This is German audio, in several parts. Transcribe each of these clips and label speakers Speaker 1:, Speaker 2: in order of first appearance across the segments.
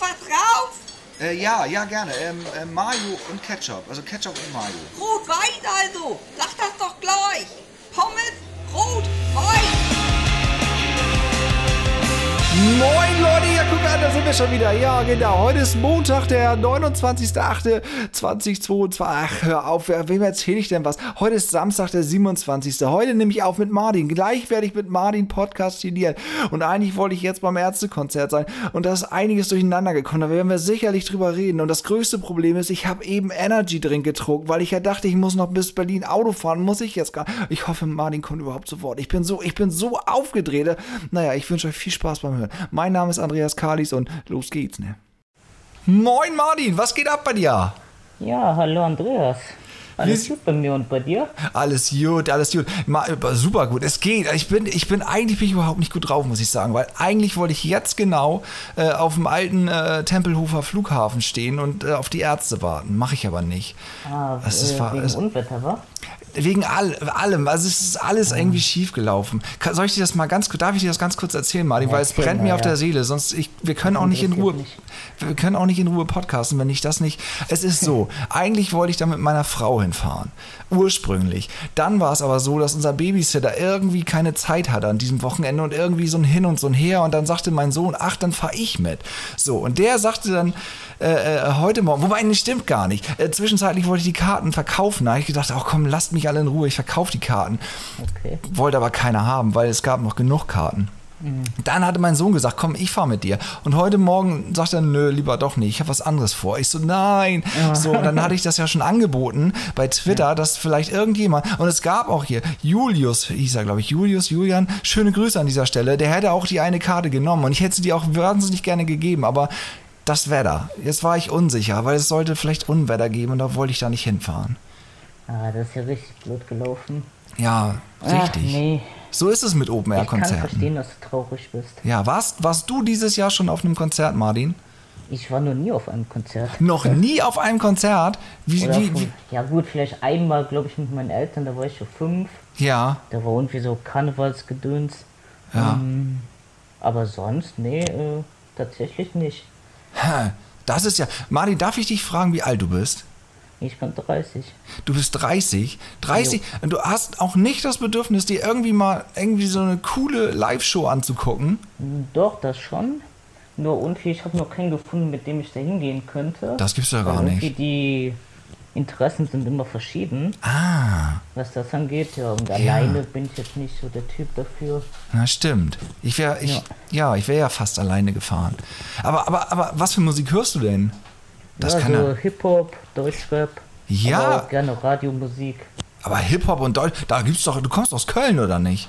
Speaker 1: was drauf?
Speaker 2: Äh, ja, ja, gerne. Ähm, äh, Mayo und Ketchup. Also Ketchup und Mayo.
Speaker 1: Rot-Weiß also. Sag das doch gleich. Pommes, Rot-Weiß.
Speaker 3: Moin Leute, ja guck an, da sind wir schon wieder. Ja, genau. Heute ist Montag, der 29.08.2022. Ach, hör auf, wer- wem erzähle ich denn was? Heute ist Samstag, der 27. Heute nehme ich auf mit Martin. Gleich werde ich mit Martin podcastinieren. Und eigentlich wollte ich jetzt beim Ärztekonzert sein. Und da ist einiges durcheinander gekommen. Da werden wir sicherlich drüber reden. Und das größte Problem ist, ich habe eben Energy Drink getrunken, weil ich ja dachte, ich muss noch bis Berlin Auto fahren. Muss ich jetzt gar Ich hoffe, Martin kommt überhaupt zu Wort. Ich bin so, ich bin so aufgedreht. Naja, ich wünsche euch viel Spaß beim Hören. Mein Name ist Andreas Kalis und los geht's, ne? Moin Martin, was geht ab bei dir?
Speaker 4: Ja, hallo Andreas. Alles
Speaker 3: Wie-
Speaker 4: gut bei mir und bei dir?
Speaker 3: Alles gut, alles gut. Ma- Super gut, es geht. Ich bin, ich bin eigentlich bin ich überhaupt nicht gut drauf, muss ich sagen, weil eigentlich wollte ich jetzt genau äh, auf dem alten äh, Tempelhofer Flughafen stehen und äh, auf die Ärzte warten. Mache ich aber nicht.
Speaker 4: Ah,
Speaker 3: Es ist
Speaker 4: äh,
Speaker 3: ver-
Speaker 4: wegen
Speaker 3: es-
Speaker 4: Unwetter, wa?
Speaker 3: Wegen all, allem, also es ist alles
Speaker 4: Ah.
Speaker 3: irgendwie schief gelaufen. Kann, soll ich dir das mal ganz kurz, darf ich dir das ganz kurz erzählen, Martin, weil es
Speaker 4: erzähl
Speaker 3: brennt
Speaker 4: mal,
Speaker 3: mir auf
Speaker 4: ja.
Speaker 3: der Seele, sonst ich, wir können auch nicht in Ruhe,
Speaker 4: interessiert
Speaker 3: wir können auch nicht in Ruhe podcasten, wenn ich das nicht. Es ist so, eigentlich wollte ich da mit meiner Frau hinfahren, ursprünglich. Dann war es aber so, dass unser Babysitter irgendwie keine Zeit hatte an diesem Wochenende und irgendwie so ein hin und so ein her und dann sagte mein Sohn, ach, dann fahre ich mit. So und der sagte dann äh, äh, heute Morgen, wobei das stimmt gar nicht. Äh, zwischenzeitlich wollte ich die Karten verkaufen, da habe ich gedacht, ach komm, lasst mich alle in Ruhe, ich verkaufe die Karten.
Speaker 4: Okay.
Speaker 3: Wollte aber keiner haben, weil es gab noch genug Karten.
Speaker 4: Mhm.
Speaker 3: Dann hatte mein Sohn gesagt, komm, ich fahre mit dir. Und heute Morgen sagt er, nö, lieber doch nicht, ich habe was anderes vor. Ich so, nein. So, und dann hatte ich das ja schon angeboten bei Twitter, dass vielleicht irgendjemand, und es gab auch hier, Julius hieß er, glaube ich, Julius, Julian, schöne Grüße an dieser Stelle, der hätte auch die eine Karte genommen und ich hätte sie dir auch wahnsinnig gerne gegeben, aber das Wetter, jetzt war ich unsicher, weil es sollte vielleicht Unwetter geben und da wollte ich da nicht hinfahren.
Speaker 4: Ah, das ist ja richtig blöd gelaufen.
Speaker 3: Ja, richtig.
Speaker 4: Ach, nee.
Speaker 3: So ist es mit
Speaker 4: Ich kann
Speaker 3: Open-Air-Konzerten.
Speaker 4: verstehen, dass du traurig bist.
Speaker 3: Ja, warst, warst du dieses Jahr schon auf einem Konzert, Martin?
Speaker 4: Ich war noch nie auf einem Konzert.
Speaker 3: Noch nie auf einem Konzert? Wie,
Speaker 4: Oder
Speaker 3: wie,
Speaker 4: auf
Speaker 3: wie,
Speaker 4: einem- ja gut, vielleicht einmal, glaube ich, mit meinen Eltern, da war ich schon fünf.
Speaker 3: ja,
Speaker 4: Da war irgendwie so Karnevalsgedöns.
Speaker 3: ja.
Speaker 4: Ähm, aber sonst, nee, äh, tatsächlich nicht.
Speaker 3: Hä, Das ist ja. Martin, darf ich dich fragen, wie alt du bist?
Speaker 4: Ich bin 30.
Speaker 3: Du bist 30. 30. Und du hast auch nicht das Bedürfnis, dir irgendwie mal irgendwie so eine coole Live-Show anzugucken.
Speaker 4: Doch, das schon. Nur irgendwie, ich habe noch keinen gefunden, mit dem ich da hingehen könnte.
Speaker 3: Das gibt's ja
Speaker 4: Weil
Speaker 3: gar nicht.
Speaker 4: irgendwie Die Interessen sind immer verschieden,
Speaker 3: Ah,
Speaker 4: was das angeht. Ja, und alleine bin ich jetzt nicht so der Typ dafür.
Speaker 3: na stimmt. Ich wäre ich, ja.
Speaker 4: Ja.
Speaker 3: ich wäre ja fast alleine gefahren. Aber, aber, aber was für Musik hörst du denn? Das
Speaker 4: ja,
Speaker 3: kann
Speaker 4: so
Speaker 3: ja.
Speaker 4: Hip-Hop, Deutschrap.
Speaker 3: Ja.
Speaker 4: aber auch gerne Radiomusik.
Speaker 3: Aber Hip-Hop und Deutsch, da gibt's doch, du kommst aus Köln, oder nicht?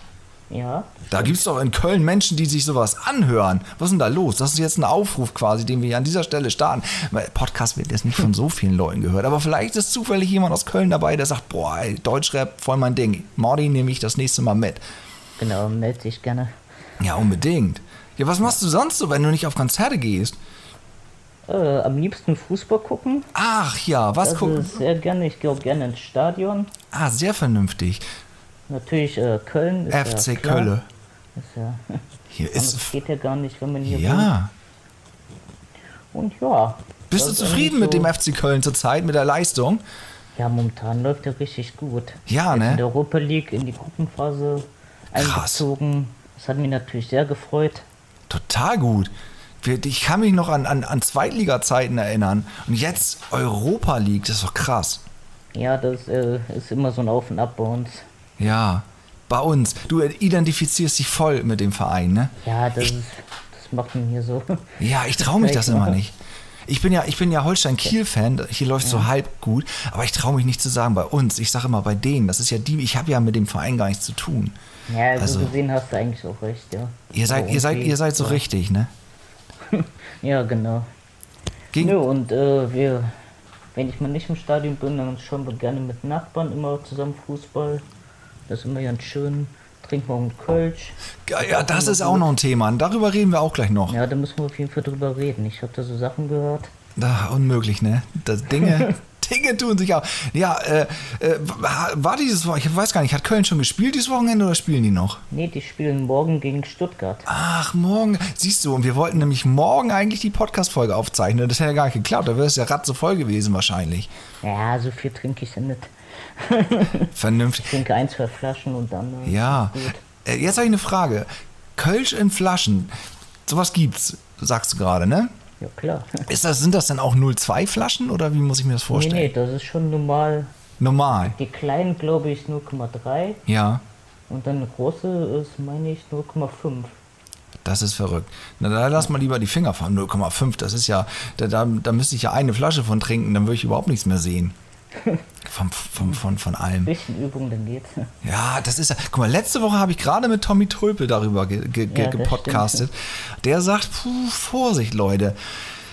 Speaker 4: Ja.
Speaker 3: Da gibt's doch in Köln Menschen, die sich sowas anhören. Was ist denn da los? Das ist jetzt ein Aufruf quasi, den wir hier an dieser Stelle starten. Weil Podcast wird jetzt nicht von so vielen Leuten gehört, aber vielleicht ist zufällig jemand aus Köln dabei, der sagt, boah, ey, Deutschrap, voll mein Ding. Mordi nehme ich das nächste Mal mit.
Speaker 4: Genau, melde dich gerne.
Speaker 3: Ja, unbedingt. Ja, was machst du sonst so, wenn du nicht auf Konzerte gehst?
Speaker 4: Äh, am liebsten Fußball gucken.
Speaker 3: Ach ja, was
Speaker 4: Das
Speaker 3: gucken?
Speaker 4: ist sehr gerne. Ich gehe auch gerne ins Stadion.
Speaker 3: Ah, sehr vernünftig.
Speaker 4: Natürlich äh, Köln. Ist ja
Speaker 3: FC
Speaker 4: klar.
Speaker 3: Köln.
Speaker 4: Ist ja,
Speaker 3: Hier ist.
Speaker 4: das geht ja gar nicht, wenn man hier wohnt.
Speaker 3: Ja.
Speaker 4: Und ja.
Speaker 3: Bist
Speaker 4: das
Speaker 3: du
Speaker 4: ist
Speaker 3: zufrieden
Speaker 4: eigentlich
Speaker 3: mit
Speaker 4: so-
Speaker 3: dem FC Köln zurzeit, mit der Leistung?
Speaker 4: Ja, momentan läuft er richtig gut.
Speaker 3: Ja,
Speaker 4: Jetzt
Speaker 3: ne?
Speaker 4: In der Europa League in die Gruppenphase eingezogen. Das hat mich natürlich sehr gefreut.
Speaker 3: Total gut. Wir- Ich kann mich noch an, an, an Zweitliga-Zeiten erinnern. Und jetzt Europa League, das ist doch krass.
Speaker 4: Ja, das äh, ist immer so ein Auf und Ab bei uns.
Speaker 3: Ja, bei uns. Du identifizierst dich voll mit dem Verein, ne?
Speaker 4: Ja, das, ist, das macht man hier so.
Speaker 3: Ja, ich traue mich das
Speaker 4: Vielleicht
Speaker 3: immer
Speaker 4: mal.
Speaker 3: nicht. Ich bin ja, ich bin ja Holstein-Kiel-Fan, hier läuft so halb gut, aber ich traue mich nicht zu sagen bei uns. Ich sage immer bei denen. Das ist ja die, ich habe ja mit dem Verein gar nichts zu tun.
Speaker 4: Ja, so
Speaker 3: Also-
Speaker 4: gesehen hast du eigentlich auch recht, ja.
Speaker 3: Ihr seid,
Speaker 4: Aber
Speaker 3: ihr seid,
Speaker 4: irgendwie-
Speaker 3: ihr seid so richtig, ne?
Speaker 4: Ja, genau.
Speaker 3: Gegen,
Speaker 4: Nö, und äh, wir, wenn ich mal nicht im Stadion bin, dann schauen wir gerne mit Nachbarn immer zusammen Fußball. Das ist immer ganz schön. Trinken wir auch einen Kölsch.
Speaker 3: ja, ja, das ist auch noch ein Thema. Und darüber reden wir auch gleich noch.
Speaker 4: Ja, da müssen wir auf jeden Fall drüber reden. Ich habe da so Sachen gehört.
Speaker 3: Da, unmöglich, ne? Das Dinge, Dinge tun sich auch. Ja, äh, äh, war dieses Wochenende, ich weiß gar nicht, hat Köln schon gespielt dieses Wochenende oder spielen die noch?
Speaker 4: Nee, die spielen morgen gegen Stuttgart.
Speaker 3: Ach, morgen. Siehst du, und wir wollten nämlich morgen eigentlich die Podcast-Folge aufzeichnen. Das hätte ja gar nicht geklappt. Da wäre es ja ratze voll gewesen wahrscheinlich.
Speaker 4: Ja, so viel trinke ich ja nicht.
Speaker 3: Vernünftig.
Speaker 4: Ich trinke ein, zwei Flaschen und dann. äh,
Speaker 3: Ja.
Speaker 4: Gut.
Speaker 3: Äh, Jetzt habe ich eine Frage. Kölsch in Flaschen. Sowas gibt's, sagst du gerade, ne?
Speaker 4: Ja, klar.
Speaker 3: Ist das, sind das denn auch 02 Flaschen oder wie muss ich mir das
Speaker 4: Nee,
Speaker 3: vorstellen?
Speaker 4: nee, das ist schon normal.
Speaker 3: Normal.
Speaker 4: Die kleinen, glaube ich, 0,3
Speaker 3: Ja,
Speaker 4: und dann eine große ist, meine ich, 0,5.
Speaker 3: das ist verrückt. Na, da lass mal lieber die Finger von 0,5. Das ist ja, da, da, da müsste ich ja eine Flasche von trinken, dann würde ich überhaupt nichts mehr sehen. Vom, vom, von, von allem.
Speaker 4: Bisschen Übung, dann geht's.
Speaker 3: Ja, das ist ja. Guck mal, letzte Woche habe ich gerade mit Tommy Tulpe darüber ge, ge, ge,
Speaker 4: Ja, das
Speaker 3: gepodcastet. Der sagt, puh, Vorsicht, Leute.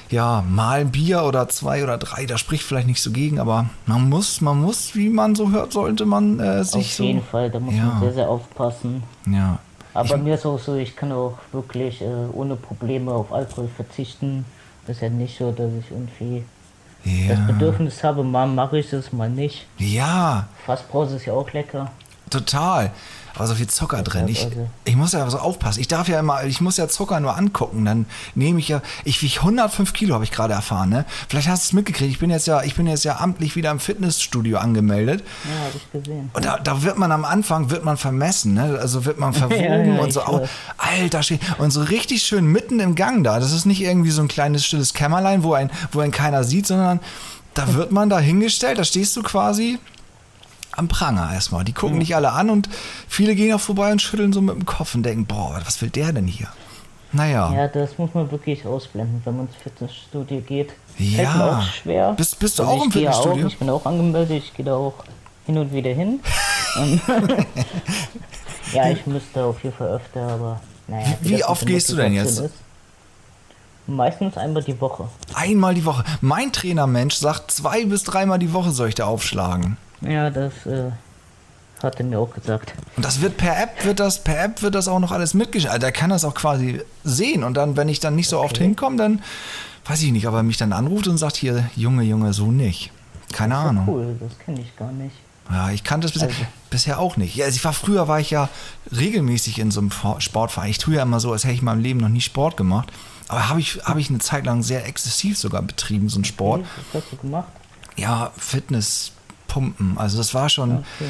Speaker 3: Ja, mal ein Bier oder zwei oder drei, da spricht vielleicht nichts so gegen, aber man muss, man muss, wie man so hört, sollte man äh,
Speaker 4: Auf
Speaker 3: sich
Speaker 4: jeden
Speaker 3: so.
Speaker 4: Fall, da muss
Speaker 3: ja.
Speaker 4: man sehr, sehr aufpassen.
Speaker 3: Ja.
Speaker 4: Aber mir ist auch so, ich kann auch wirklich äh, ohne Probleme auf Alkohol verzichten. Ist ja nicht so, dass ich irgendwie das
Speaker 3: Ja.
Speaker 4: Bedürfnis habe, mal mache ich es, mal nicht.
Speaker 3: ja,
Speaker 4: Fassbrause ist ja auch lecker.
Speaker 3: Total. Aber so viel Zucker drin. Ich,
Speaker 4: also-
Speaker 3: ich muss ja so aufpassen. Ich darf ja immer, ich muss ja Zucker nur angucken. Dann nehme ich ja, ich wiege 105 Kilo, habe ich gerade erfahren. Ne? Vielleicht hast du es mitgekriegt. Ich bin jetzt ja, ich bin jetzt ja amtlich wieder im Fitnessstudio angemeldet.
Speaker 4: Ja, habe ich gesehen.
Speaker 3: Und da, da wird man am Anfang, wird man vermessen, ne? Also wird man verwogen
Speaker 4: Ja, ja,
Speaker 3: und
Speaker 4: ich
Speaker 3: so. Au,
Speaker 4: weiß.
Speaker 3: alter Schwede. Und so richtig schön mitten im Gang da. Das ist nicht irgendwie so ein kleines stilles Kämmerlein, wo ein, wo ein keiner sieht, sondern da wird man da hingestellt. Da stehst du quasi am Pranger erstmal. Die
Speaker 4: Mhm.
Speaker 3: gucken dich alle an und viele gehen auch vorbei und schütteln so mit dem Kopf und denken, boah, was will der denn hier? Naja.
Speaker 4: Ja, das muss man wirklich ausblenden, wenn man ins Fitnessstudio geht.
Speaker 3: Ja.
Speaker 4: Fällt mir auch schwer.
Speaker 3: Bist- bist du
Speaker 4: Also
Speaker 3: auch
Speaker 4: ich
Speaker 3: im
Speaker 4: gehe
Speaker 3: Fitnessstudio?
Speaker 4: Auch, ich bin auch angemeldet, ich gehe da auch hin und wieder hin. Ähm, ja, ich müsste auf jeden Fall öfter, aber naja.
Speaker 3: Wie- wie
Speaker 4: das mit
Speaker 3: oft
Speaker 4: der
Speaker 3: gehst du denn
Speaker 4: Motivation
Speaker 3: jetzt?
Speaker 4: ist. Meistens einmal die Woche.
Speaker 3: Einmal die Woche. Mein Trainermensch sagt, zwei bis dreimal die Woche soll ich da aufschlagen.
Speaker 4: Ja, das äh, hat er mir auch gesagt.
Speaker 3: Und das wird per App, wird das, per App wird das auch noch alles mitgeschaltet. Also der kann das auch quasi sehen. Und dann, wenn ich dann nicht so oft hinkomme, dann weiß ich nicht, ob er mich dann anruft und sagt, hier, Junge, Junge, so nicht. Keine Ahnung.
Speaker 4: Cool, das kenne ich gar nicht.
Speaker 3: Ja, ich kannte das bisher,
Speaker 4: Also-
Speaker 3: bisher auch nicht. Ja, also ich war früher war ich ja regelmäßig in so einem Vor- Sportverein. Ich tue ja immer so, als hätte ich in meinem Leben noch nie Sport gemacht. Aber habe ich, habe ich eine Zeit lang sehr exzessiv sogar betrieben, so einen Sport.
Speaker 4: Wie, Was hast du gemacht?
Speaker 3: Ja, Fitness pumpen. Also das war schon.
Speaker 4: Okay.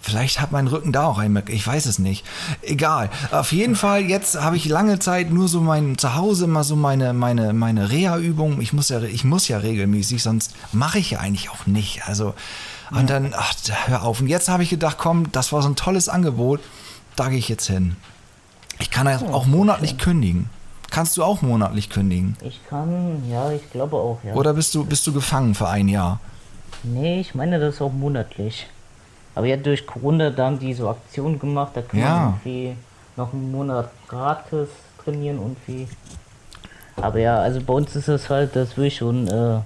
Speaker 3: Vielleicht hat mein Rücken da auch einen, ich weiß es nicht. Egal. Auf jeden Fall, jetzt habe ich lange Zeit nur so mein Zuhause immer so meine, meine, meine Reha-Übungen. Ich muss ja, ich muss ja regelmäßig, sonst mache ich ja eigentlich auch nicht. Also, und dann, ach, hör auf. Und jetzt habe ich gedacht, komm, das war so ein tolles Angebot. Da gehe ich jetzt hin. Ich kann ja auch monatlich kündigen. Kannst du auch monatlich kündigen?
Speaker 4: Ich kann, ja, ich glaube auch, ja.
Speaker 3: Oder bist du, bist du gefangen für ein Jahr?
Speaker 4: Nee, ich meine, das ist auch monatlich. Aber ja, durch Corona, da haben die so Aktionen gemacht, da kann
Speaker 3: Ja.
Speaker 4: man irgendwie noch einen Monat gratis trainieren und wie. Aber ja, also bei uns ist es halt, dass wir schon äh,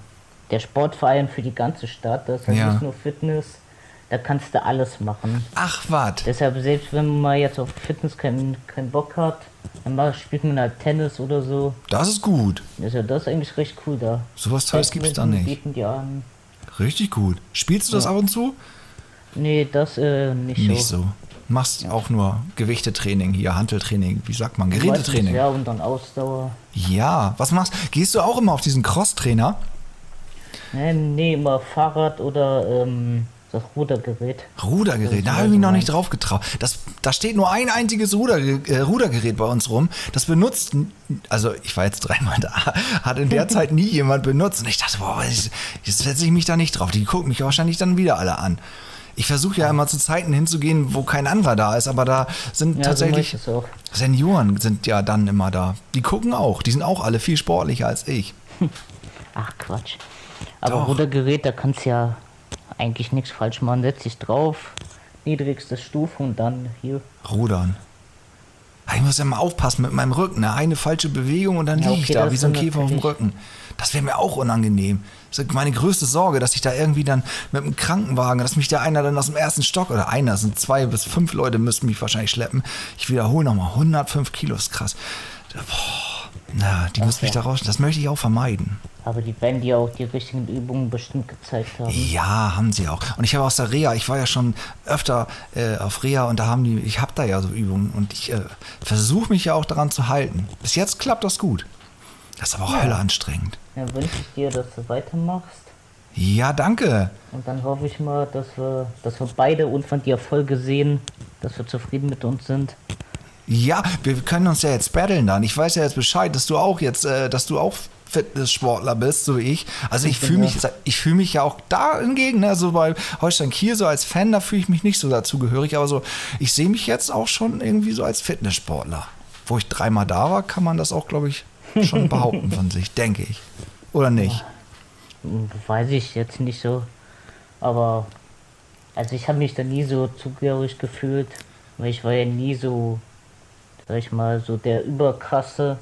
Speaker 4: der Sportverein für die ganze Stadt, das ist halt
Speaker 3: Ja.
Speaker 4: nicht nur Fitness, da kannst du alles machen.
Speaker 3: Ach, wat.
Speaker 4: Deshalb, selbst wenn man jetzt auf Fitness keinen keinen Bock hat, dann mach- spielt man halt Tennis oder so.
Speaker 3: Das ist gut.
Speaker 4: Also das ist eigentlich recht cool da.
Speaker 3: Sowas Tolles gibt es da
Speaker 4: Badminton
Speaker 3: nicht.
Speaker 4: Bieten die an.
Speaker 3: Richtig gut. Spielst du das ab und zu?
Speaker 4: Nee, das äh, nicht,
Speaker 3: Nicht so. Machst auch nur Gewichtetraining hier, Hanteltraining, wie sagt man, Gerätetraining.
Speaker 4: Meistens,
Speaker 3: Ja.
Speaker 4: Ja, und dann Ausdauer.
Speaker 3: was machst Gehst du auch immer auf diesen Crosstrainer?
Speaker 4: Nee, nee immer Fahrrad oder ähm, das Rudergerät.
Speaker 3: Rudergerät, da habe ich mich noch nicht drauf getraut. Das, da steht nur ein einziges Ruder, äh, Rudergerät bei uns rum. Das benutzt, n- also ich war jetzt dreimal da, hat in der Zeit nie jemand benutzt. Und ich dachte, boah, was ist- jetzt setze ich mich da nicht drauf. Die gucken mich wahrscheinlich dann wieder alle an. Ich versuche ja immer zu Zeiten hinzugehen, wo kein anderer da ist, aber da sind
Speaker 4: Ja,
Speaker 3: tatsächlich.
Speaker 4: So mache ich das auch.
Speaker 3: Senioren sind ja dann immer da. Die gucken auch. Die sind auch alle viel sportlicher als ich.
Speaker 4: Ach Quatsch. Aber
Speaker 3: Doch.
Speaker 4: Rudergerät, da kannst du ja eigentlich nichts falsch machen. Setz dich drauf, niedrigste Stufe und dann hier.
Speaker 3: Rudern. Ah, Ich muss ja mal aufpassen mit meinem Rücken. Ne? Eine falsche Bewegung und dann
Speaker 4: Ja,
Speaker 3: liege ich
Speaker 4: okay,
Speaker 3: da
Speaker 4: das
Speaker 3: wie so ein
Speaker 4: ist
Speaker 3: Käfer auf dem
Speaker 4: natürlich-
Speaker 3: Rücken. Das wäre mir auch unangenehm. Das ist meine größte Sorge, dass ich da irgendwie dann mit einem Krankenwagen, dass mich da einer dann aus dem ersten Stock oder einer, es sind zwei bis fünf Leute, müssten mich wahrscheinlich schleppen. Ich wiederhole nochmal, 105 Kilo ist krass. Boah, na, die muss mich da raus. Das möchte ich auch vermeiden.
Speaker 4: Aber die werden dir auch die richtigen Übungen bestimmt gezeigt haben.
Speaker 3: Ja, haben sie auch. Und ich habe aus der Reha, ich war ja schon öfter äh, auf Reha und da haben die, ich habe da ja so Übungen und ich äh, versuche mich ja auch daran zu halten. Bis jetzt klappt das gut. Das ist aber auch hölle anstrengend.
Speaker 4: Dann wünsche ich dir, dass du weitermachst.
Speaker 3: Ja, danke.
Speaker 4: Und dann hoffe ich mal, dass wir, dass wir beide und von dir voll gesehen, dass wir zufrieden mit uns sind.
Speaker 3: Ja, wir können uns ja jetzt battlen dann. Ich weiß ja jetzt Bescheid, dass du auch jetzt, äh, dass du auch Fitnesssportler bist, so wie ich. Also ich
Speaker 4: bin
Speaker 3: fühle mich,
Speaker 4: ja.
Speaker 3: se- ich fühle mich ja auch da hingegen, ne? so bei Holstein Kiel, so als Fan, da fühle ich mich nicht so dazugehörig, aber so, ich sehe mich jetzt auch schon irgendwie so als Fitnesssportler. Wo ich dreimal da war, kann man das auch, glaube ich, schon behaupten von sich, denke ich. Oder nicht?
Speaker 4: Hm, Weiß ich jetzt nicht so. Aber also ich habe mich da nie so zugehörig gefühlt, weil ich war ja nie so, sag ich mal, so der Überkrasse.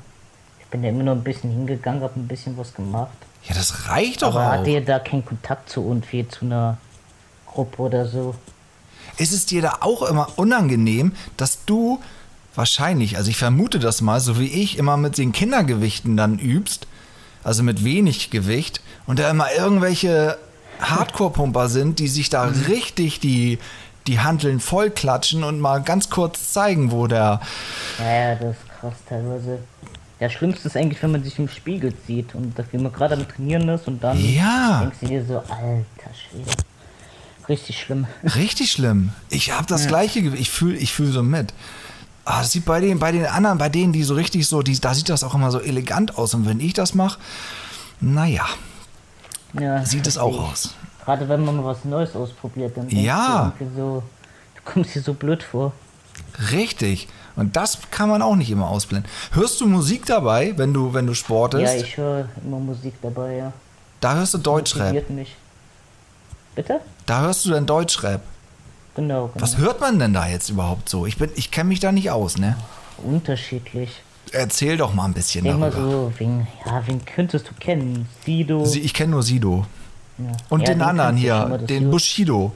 Speaker 4: Ich bin ja immer noch ein bisschen hingegangen, habe ein bisschen was gemacht.
Speaker 3: Ja, das reicht doch
Speaker 4: Aber
Speaker 3: auch.
Speaker 4: hatte ja da keinen Kontakt zu und wie zu einer Gruppe oder so.
Speaker 3: Ist es dir da auch immer unangenehm, dass du wahrscheinlich, also ich vermute das mal, so wie ich, immer mit den Kindergewichten dann übst, also mit wenig Gewicht, und da immer irgendwelche Hardcore-Pumper sind, die sich da richtig die, die Handeln vollklatschen und mal ganz kurz zeigen, wo der.
Speaker 4: Ja, das ist krass teilweise. Das Schlimmste ist eigentlich, wenn man sich im Spiegel sieht und dass man gerade am Trainieren ist und dann
Speaker 3: Ja.
Speaker 4: denkst du dir so, alter Schwede. Richtig schlimm.
Speaker 3: Richtig schlimm. Ich habe das gleiche Gewicht. Ich fühle ich fühl so mit. Ah, das sieht bei den, bei den anderen, bei denen, die so richtig so, die, da sieht das auch immer so elegant aus. Und wenn ich das mache, naja,
Speaker 4: Ja,
Speaker 3: sieht es
Speaker 4: ich-
Speaker 3: auch aus.
Speaker 4: Gerade wenn man mal was Neues ausprobiert, dann denkst
Speaker 3: Ja.
Speaker 4: du irgendwie so, du kommst dir so blöd vor.
Speaker 3: Richtig. Und das kann man auch nicht immer ausblenden. Hörst du Musik dabei, wenn du, wenn du sportest?
Speaker 4: Ja, ich höre immer Musik dabei, ja.
Speaker 3: da hörst du Deutschrap.
Speaker 4: Motiviert mich. Bitte?
Speaker 3: Da hörst du dann Deutschrap.
Speaker 4: Genau, genau.
Speaker 3: Was hört man denn da jetzt überhaupt so? Ich, bin, ich kenne mich da nicht aus, ne?
Speaker 4: Unterschiedlich.
Speaker 3: Erzähl doch mal ein bisschen
Speaker 4: Denk mal
Speaker 3: darüber.
Speaker 4: so, wen, ja, wen könntest du kennen? Sido.
Speaker 3: Sie- Ich kenne nur Sido.
Speaker 4: ja.
Speaker 3: Und
Speaker 4: Ja,
Speaker 3: den anderen
Speaker 4: kennst du schon
Speaker 3: hier,
Speaker 4: mal, das
Speaker 3: den
Speaker 4: Sido.
Speaker 3: Bushido.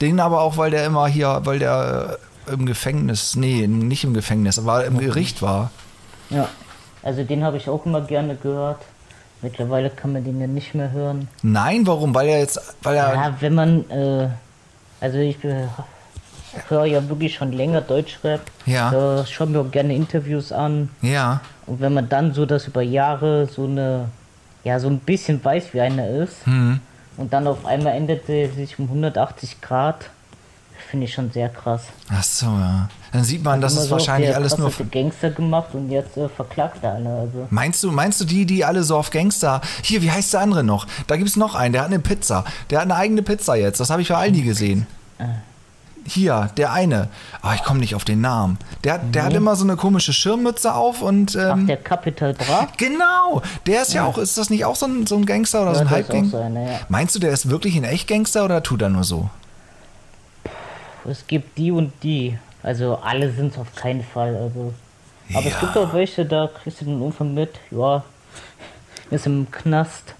Speaker 3: Den aber auch, weil der immer hier, weil der äh, im Gefängnis, nee, nicht im Gefängnis, aber im Gericht war.
Speaker 4: Ja, also den habe ich auch immer gerne gehört. Mittlerweile kann man den ja nicht mehr hören.
Speaker 3: Nein, warum? Weil er jetzt, weil er,
Speaker 4: Ja, wenn man, äh, also ich äh, höre ja wirklich schon länger Deutschrap.
Speaker 3: Ja.
Speaker 4: Äh, schaue mir auch gerne Interviews an.
Speaker 3: ja.
Speaker 4: Und wenn man dann so das über Jahre so eine, ja, so ein bisschen weiß, wie einer ist.
Speaker 3: Hm.
Speaker 4: Und dann auf einmal ändert er sich um 180 Grad. Finde ich schon sehr krass.
Speaker 3: Ach so, ja. Dann sieht man, das
Speaker 4: Immer
Speaker 3: ist
Speaker 4: so auf
Speaker 3: wahrscheinlich
Speaker 4: der
Speaker 3: alles nur.
Speaker 4: krasseste Gangster gemacht und jetzt äh, verklagt er alle. Also.
Speaker 3: Meinst du, meinst du die, die alle so auf Gangster. Hier, wie heißt der andere noch? Da gibt's noch einen, der hat eine Pizza. Der hat eine eigene Pizza jetzt. Das habe ich bei Aldi gesehen. Hier, der eine. Ah, ich komme nicht auf den Namen. Der, hat- der hat immer so eine komische Schirmmütze auf und.
Speaker 4: Ach,
Speaker 3: Ähm,
Speaker 4: der Capital Bra?
Speaker 3: genau! Der ist ja, auch. Ist das nicht auch so ein, so ein Gangster oder so
Speaker 4: Ja,
Speaker 3: ein
Speaker 4: der ist auch so
Speaker 3: Halbgangster?
Speaker 4: einer, ja.
Speaker 3: Meinst du, der ist wirklich ein Echt-Gangster oder tut er nur so?
Speaker 4: Es gibt die und die. Also alle sind es auf keinen Fall. Also. Aber
Speaker 3: Ja.
Speaker 4: es gibt auch welche, da kriegst du den Unfall mit. Ja, ist im Knast.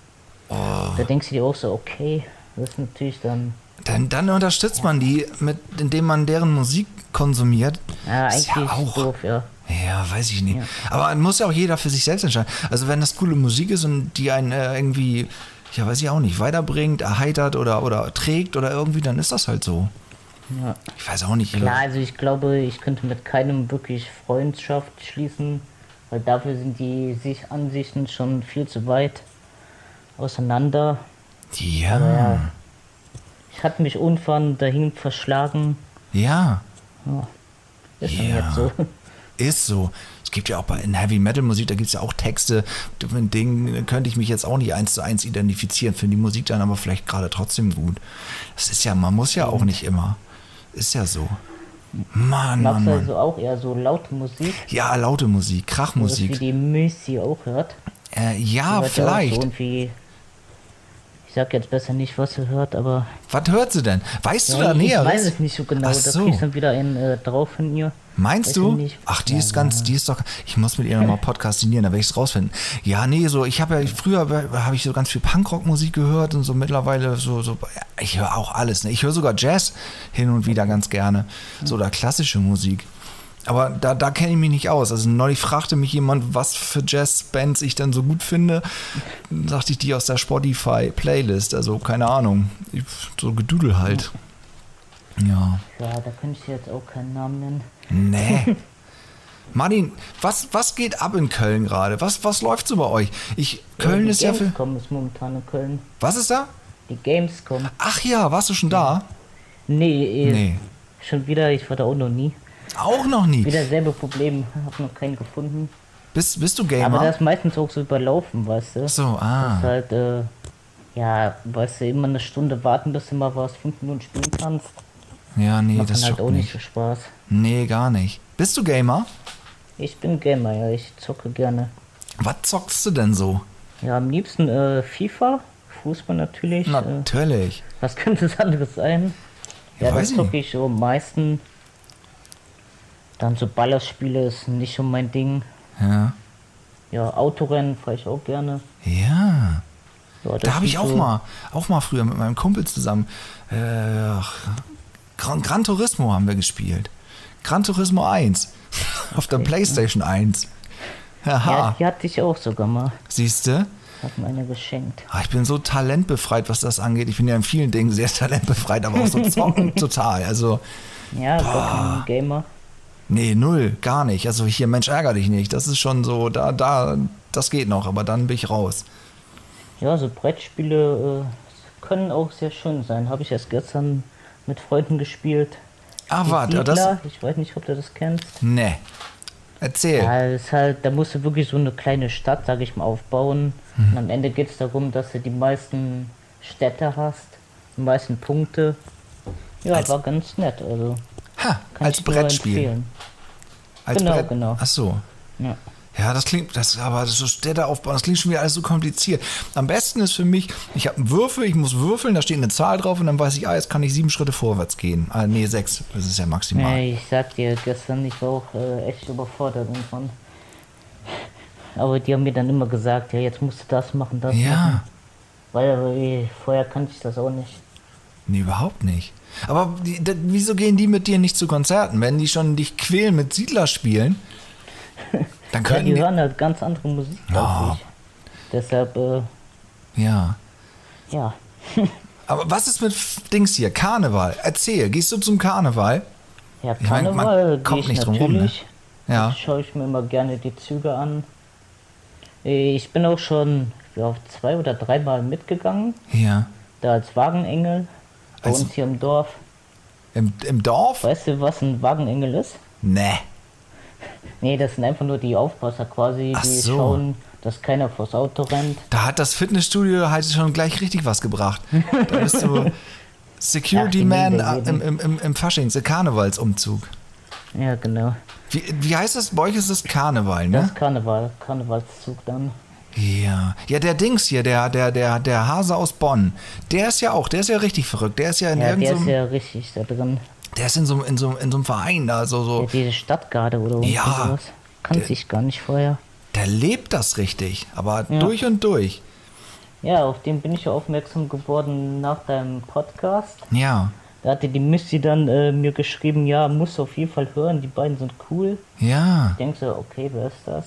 Speaker 3: Oh.
Speaker 4: Da denkst du dir auch so, okay, das ist natürlich dann...
Speaker 3: Dann, dann unterstützt man die, mit, indem man deren Musik konsumiert.
Speaker 4: Ja,
Speaker 3: Ist
Speaker 4: eigentlich doof, ja.
Speaker 3: Ja, weiß ich nicht. Aber muss ja auch jeder für sich selbst entscheiden. Also wenn das coole Musik ist und die einen äh, irgendwie, ja weiß ich auch nicht, weiterbringt, erheitert oder, oder trägt oder irgendwie, dann ist das halt so.
Speaker 4: Ja.
Speaker 3: Ich weiß auch nicht.
Speaker 4: Klar, also ich glaube, ich könnte mit keinem wirklich Freundschaft schließen, weil dafür sind die sich Ansichten schon viel zu weit auseinander. Aber
Speaker 3: Ja,
Speaker 4: ja, ich hatte mich irgendwann dahin verschlagen.
Speaker 3: ja,
Speaker 4: Ist dann
Speaker 3: Ja.
Speaker 4: jetzt so.
Speaker 3: ist so. Es gibt ja auch bei in Heavy Metal Musik, da gibt es ja auch Texte, mit denen könnte ich mich jetzt auch nicht eins zu eins identifizieren, finde die Musik dann aber vielleicht gerade trotzdem gut. Das ist ja, man muss ja auch nicht immer. Ist ja so. Mann, Mann,
Speaker 4: Magst
Speaker 3: Mann.
Speaker 4: also auch eher so laute Musik,
Speaker 3: Ja, laute Musik,
Speaker 4: Musik.
Speaker 3: Krachmusik.
Speaker 4: wie die Missy auch hört?
Speaker 3: Äh, ja,
Speaker 4: Hört ja auch So
Speaker 3: vielleicht.
Speaker 4: irgendwie, ich sag jetzt besser nicht, was sie hört, aber
Speaker 3: Was hört sie denn? Weißt du da
Speaker 4: ich
Speaker 3: näher?
Speaker 4: weiß es nicht so genau.
Speaker 3: Ach
Speaker 4: da
Speaker 3: so.
Speaker 4: kriegst du dann wieder einen äh, drauf von ihr.
Speaker 3: Meinst
Speaker 4: Weiß
Speaker 3: du?
Speaker 4: ich nicht.
Speaker 3: Ach, die
Speaker 4: Ja,
Speaker 3: ist ganz, die ist doch. Ich muss mit ihr nochmal podcastinieren, da werde ich es rausfinden. Ja, nee, so, ich habe ja früher habe ich so ganz viel Punkrock-Musik gehört und so mittlerweile so, so ja, ich höre auch alles. Ne? Ich höre sogar Jazz hin und wieder ganz gerne. So oder klassische Musik. Aber da, da kenne ich mich nicht aus. Also neulich fragte mich jemand, was für Jazzbands ich denn so gut finde. Dann sagte ich die aus der Spotify-Playlist. Also keine Ahnung. Ich- So Gedudel halt. Ja.
Speaker 4: Ja, da könnte ich jetzt auch keinen Namen nennen.
Speaker 3: Nee. Martin, was, was geht ab in Köln gerade? Was, was läuft so bei euch? Ich, Köln
Speaker 4: die
Speaker 3: ist ja für.
Speaker 4: Gamescom ist momentan in Köln.
Speaker 3: Was ist da?
Speaker 4: Die Gamescom.
Speaker 3: Ach ja, warst du schon da?
Speaker 4: Nee, eh,
Speaker 3: Nee.
Speaker 4: schon wieder, ich war da auch noch nie.
Speaker 3: Auch noch nie.
Speaker 4: Wieder selbe Problem, hab noch keinen gefunden.
Speaker 3: Bist, bist du
Speaker 4: Aber das
Speaker 3: Gamer?
Speaker 4: ist meistens auch so überlaufen, weißt du.
Speaker 3: So,
Speaker 4: Das ist
Speaker 3: ah.
Speaker 4: halt, äh, ja, weißt du, immer eine Stunde warten, bis du mal was, fünf Minuten spielen kannst.
Speaker 3: Ja, nee,
Speaker 4: Macht
Speaker 3: das
Speaker 4: dann halt
Speaker 3: schockt
Speaker 4: auch nicht so
Speaker 3: nicht.
Speaker 4: Spaß.
Speaker 3: Nee, gar nicht. Bist du Gamer?
Speaker 4: Ich bin Gamer, ja, ich zocke gerne.
Speaker 3: Was zockst du denn so?
Speaker 4: Ja, am liebsten äh, FIFA, Fußball natürlich. Äh,
Speaker 3: Natürlich.
Speaker 4: was könnte es anderes sein?
Speaker 3: Ja,
Speaker 4: Ja,
Speaker 3: weiß
Speaker 4: das
Speaker 3: ich
Speaker 4: zocke ich so am meisten. Dann so Ballerspiele ist nicht so mein Ding.
Speaker 3: Ja.
Speaker 4: Ja, Autorennen fahre ich auch gerne.
Speaker 3: Ja.
Speaker 4: Ja, das
Speaker 3: Da habe
Speaker 4: sind
Speaker 3: ich auch
Speaker 4: so-
Speaker 3: mal, auch mal früher mit meinem Kumpel zusammen. Äh, ach, Gran, Gran Turismo haben wir gespielt. Gran Turismo 1. Auf der Playstation 1.
Speaker 4: Ja,
Speaker 3: Haha,
Speaker 4: die hatte ich auch sogar mal.
Speaker 3: siehst du? Ah,
Speaker 4: Hat mir einer geschenkt.
Speaker 3: Ich bin so talentbefreit, was das angeht. Ich bin ja in vielen Dingen sehr talentbefreit, aber auch so zocken total. Also,
Speaker 4: Ja, gar kein Gamer.
Speaker 3: nee, null, gar nicht. Also hier, Mensch, ärger dich nicht. Das ist schon so, da, da, das geht noch, aber dann bin ich raus.
Speaker 4: Ja, so Brettspiele äh, können auch sehr schön sein. Habe ich erst gestern mit Freunden gespielt.
Speaker 3: Ah,
Speaker 4: Die
Speaker 3: warte, das.
Speaker 4: Siedler, Ich weiß nicht, ob du das kennst.
Speaker 3: Nee. Erzähl.
Speaker 4: Ja, das ist halt, da musst du wirklich so eine kleine Stadt, sag ich mal, aufbauen.
Speaker 3: Mhm.
Speaker 4: Und am Ende geht es darum, dass du die meisten Städte hast, die meisten Punkte. Ja,
Speaker 3: Als-
Speaker 4: war ganz nett. Also
Speaker 3: Ha,
Speaker 4: kann
Speaker 3: als
Speaker 4: ich nur
Speaker 3: Brettspiel.
Speaker 4: empfehlen.
Speaker 3: Als
Speaker 4: Genau, genau.
Speaker 3: Ach so.
Speaker 4: Ja.
Speaker 3: Ja, das klingt, das aber das ist Städte aufbauen, das klingt schon wieder alles so kompliziert. Am besten ist für mich, ich habe einen Würfel, ich muss würfeln, da steht eine Zahl drauf und dann weiß ich, ah, jetzt kann ich sieben Schritte vorwärts gehen. Ah, nee, sechs, das ist ja maximal.
Speaker 4: Nee, ich sag dir, gestern, ich war auch äh, echt überfordert irgendwann. Aber die haben mir dann immer gesagt, ja, jetzt musst du das machen, das machen.
Speaker 3: Ja,
Speaker 4: Weil äh, vorher kannte ich das auch nicht.
Speaker 3: nee, überhaupt nicht. Aber die, da, wieso gehen die mit dir nicht zu Konzerten? Wenn die schon dich quälen mit Siedler spielen, dann
Speaker 4: Ja,
Speaker 3: könnten
Speaker 4: die hören halt ganz andere Musik
Speaker 3: Ja.
Speaker 4: als ich. Deshalb, äh,
Speaker 3: die. Ja.
Speaker 4: ja.
Speaker 3: Aber was ist mit F- Dings hier? Karneval. Erzähl, gehst du zum Karneval?
Speaker 4: Ja,
Speaker 3: Ich mein, man
Speaker 4: Karneval gehe
Speaker 3: kommt
Speaker 4: ich
Speaker 3: nicht drum
Speaker 4: natürlich.
Speaker 3: rum, ne? Ja.
Speaker 4: Schaue ich mir immer gerne die Züge an. Äh, Ich bin auch schon ja, zwei oder dreimal mitgegangen,
Speaker 3: Ja.
Speaker 4: da als Wagenengel bei
Speaker 3: Als-
Speaker 4: uns hier im Dorf.
Speaker 3: Im, im Dorf?
Speaker 4: Weißt du, was ein Wagenengel ist?
Speaker 3: Nee.
Speaker 4: Nee, das sind einfach nur die Aufpasser quasi,
Speaker 3: Ach
Speaker 4: die
Speaker 3: so.
Speaker 4: schauen, dass keiner vors Auto rennt.
Speaker 3: Da hat das Fitnessstudio halt schon gleich richtig was gebracht. Da bist du Security
Speaker 4: Ach, die
Speaker 3: Man äh,
Speaker 4: nehmen wir
Speaker 3: im, im, im, im Faschings, im Karnevalsumzug.
Speaker 4: Ja, genau.
Speaker 3: Wie, wie heißt das? Bei euch ist das Karneval,
Speaker 4: Das
Speaker 3: ne?
Speaker 4: ist Karneval, Karnevalszug dann.
Speaker 3: Ja. Ja, der Dings hier, der, der, der, der Hase aus Bonn, der ist ja auch, der ist ja richtig verrückt. Der ist ja in
Speaker 4: Ja, der
Speaker 3: irgendeinem,
Speaker 4: ist ja richtig da drin.
Speaker 3: der ist in so, einem- in so, einem- in so einem Verein da, so,
Speaker 4: Ja,
Speaker 3: so.
Speaker 4: diese Stadtgarde oder irgendwie
Speaker 3: Oh. Ja,
Speaker 4: sowas. Kannte ich gar nicht vorher.
Speaker 3: Der lebt das richtig, aber durch und durch.
Speaker 4: Ja, auf den bin ich ja aufmerksam geworden nach deinem Podcast.
Speaker 3: Ja.
Speaker 4: Da hatte die Misty dann äh, mir geschrieben, ja, musst du auf jeden Fall hören, die beiden sind cool.
Speaker 3: Ja.
Speaker 4: Ich denke so, okay, wer ist das?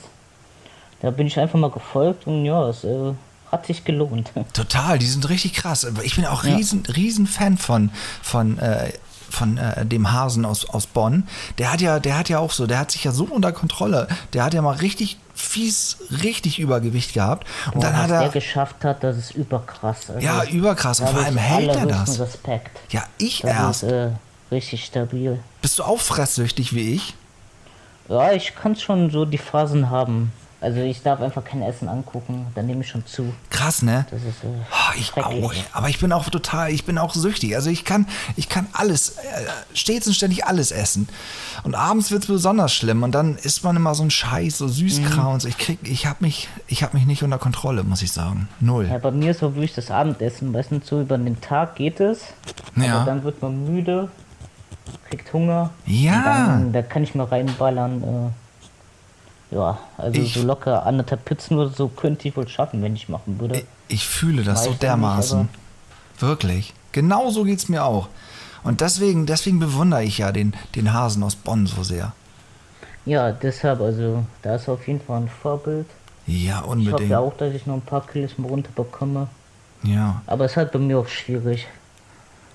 Speaker 4: Da bin ich einfach mal gefolgt und ja, es äh, hat sich gelohnt.
Speaker 3: Total, die sind richtig krass. Ich bin auch riesen, riesen Fan von, von, äh, von äh, dem Hasen aus, aus Bonn. Der hat ja, der hat ja auch so, der hat sich ja so unter Kontrolle. Der hat ja mal richtig fies, richtig Übergewicht gehabt. Und dann
Speaker 4: was
Speaker 3: hat
Speaker 4: der
Speaker 3: er.
Speaker 4: geschafft hat, das ist überkrass. Also,
Speaker 3: Ja, überkrass. Und
Speaker 4: da
Speaker 3: vor
Speaker 4: hab
Speaker 3: allem
Speaker 4: ich
Speaker 3: hält er
Speaker 4: allerhöchsten
Speaker 3: das.
Speaker 4: Respekt.
Speaker 3: Ja, ich
Speaker 4: Das
Speaker 3: erst.
Speaker 4: ist äh, richtig stabil.
Speaker 3: Bist du auch fresssüchtig wie ich?
Speaker 4: Ja, ich kann schon so die Phasen haben. Also ich darf einfach kein Essen angucken, dann nehme ich schon zu.
Speaker 3: Krass, ne?
Speaker 4: Das ist äh,
Speaker 3: Ah, Ich
Speaker 4: schrecklich.
Speaker 3: auch, aber ich bin auch total, ich bin auch süchtig. Also ich kann, ich kann alles, äh, stets und ständig alles essen. Und abends wird es besonders schlimm und dann isst man immer so einen Scheiß, so
Speaker 4: Mhm.
Speaker 3: Süßkram und so. Ich krieg, ich hab mich, ich hab mich nicht unter Kontrolle, muss ich sagen. Null.
Speaker 4: Ja, bei mir ist auch wirklich das Abendessen, weißt du, so über den Tag geht es.
Speaker 3: Ja.
Speaker 4: Aber dann wird man müde, kriegt Hunger.
Speaker 3: Ja.
Speaker 4: Und Dann, da kann ich mal reinballern. Äh, ja, also
Speaker 3: Ich-
Speaker 4: so locker anderthalb Pizzen oder so könnte ich wohl schaffen, wenn ich machen würde.
Speaker 3: Ich fühle das
Speaker 4: Weiß
Speaker 3: so
Speaker 4: ich nicht,
Speaker 3: dermaßen.
Speaker 4: aber-
Speaker 3: Wirklich. Genau so geht's mir auch. Und deswegen, deswegen bewundere ich ja den, den Hasen aus Bonn so sehr.
Speaker 4: Ja, deshalb, also da ist auf jeden Fall ein Vorbild.
Speaker 3: Ja,
Speaker 4: Ich hoffe
Speaker 3: unbedingt.
Speaker 4: ja auch, dass ich noch ein paar Kilos mal runterbekomme.
Speaker 3: Ja.
Speaker 4: Aber es ist halt bei mir auch schwierig.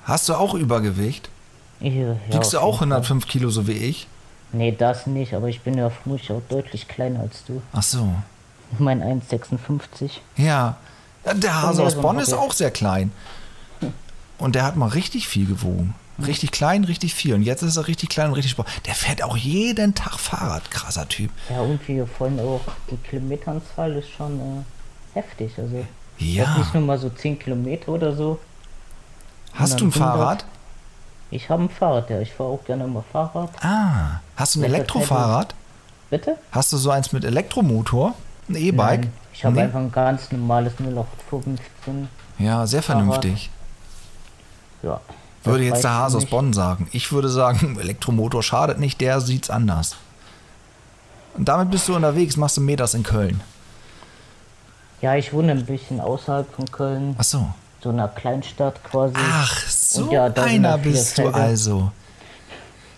Speaker 3: Hast du auch Übergewicht?
Speaker 4: Ich, ja,
Speaker 3: Wiegst du
Speaker 4: auf
Speaker 3: auch
Speaker 4: jeden
Speaker 3: 105 Kilo, so wie ich?
Speaker 4: Fall. Nee, das nicht, aber ich bin ja vermutlich auch deutlich kleiner als du.
Speaker 3: Ach so.
Speaker 4: Ich meine 1,56.
Speaker 3: Ja. Ja, Der Hase
Speaker 4: Ja,
Speaker 3: aus
Speaker 4: so ein
Speaker 3: Bonn ist
Speaker 4: Hockey.
Speaker 3: auch sehr klein. Und der hat mal richtig viel gewogen. Richtig klein, richtig viel. Und jetzt ist er richtig klein und richtig sport. Der fährt auch jeden Tag Fahrrad. Krasser Typ.
Speaker 4: Ja, und wie vorhin auch, die Kilometeranzahl ist schon äh, heftig. Also das ist
Speaker 3: Ja.
Speaker 4: nicht nur mal so 10 Kilometer oder so.
Speaker 3: Hast du ein
Speaker 4: 100.
Speaker 3: Fahrrad?
Speaker 4: Ich habe ein Fahrrad, ja. Ich fahre auch gerne mal Fahrrad.
Speaker 3: Ah. Hast du ein
Speaker 4: Ja, das
Speaker 3: Elektrofahrrad?
Speaker 4: Bitte?
Speaker 3: Hast du so eins mit Elektromotor? Ein E-Bike?
Speaker 4: Nein, ich habe
Speaker 3: Nee?
Speaker 4: einfach ein ganz normales 0815.
Speaker 3: Ja, sehr vernünftig.
Speaker 4: Ja. das
Speaker 3: Würde jetzt
Speaker 4: reicht
Speaker 3: der Hase
Speaker 4: für
Speaker 3: aus
Speaker 4: mich.
Speaker 3: Bonn sagen. Ich würde sagen, Elektromotor schadet nicht, der sieht's anders. Und damit bist du unterwegs, machst du Meters in Köln.
Speaker 4: Ja, ich wohne ein bisschen außerhalb von Köln,
Speaker 3: Ach so.
Speaker 4: so einer Kleinstadt quasi.
Speaker 3: Ach, so
Speaker 4: Und ja, da sind
Speaker 3: einer
Speaker 4: auch viele
Speaker 3: bist du
Speaker 4: Felder.
Speaker 3: also.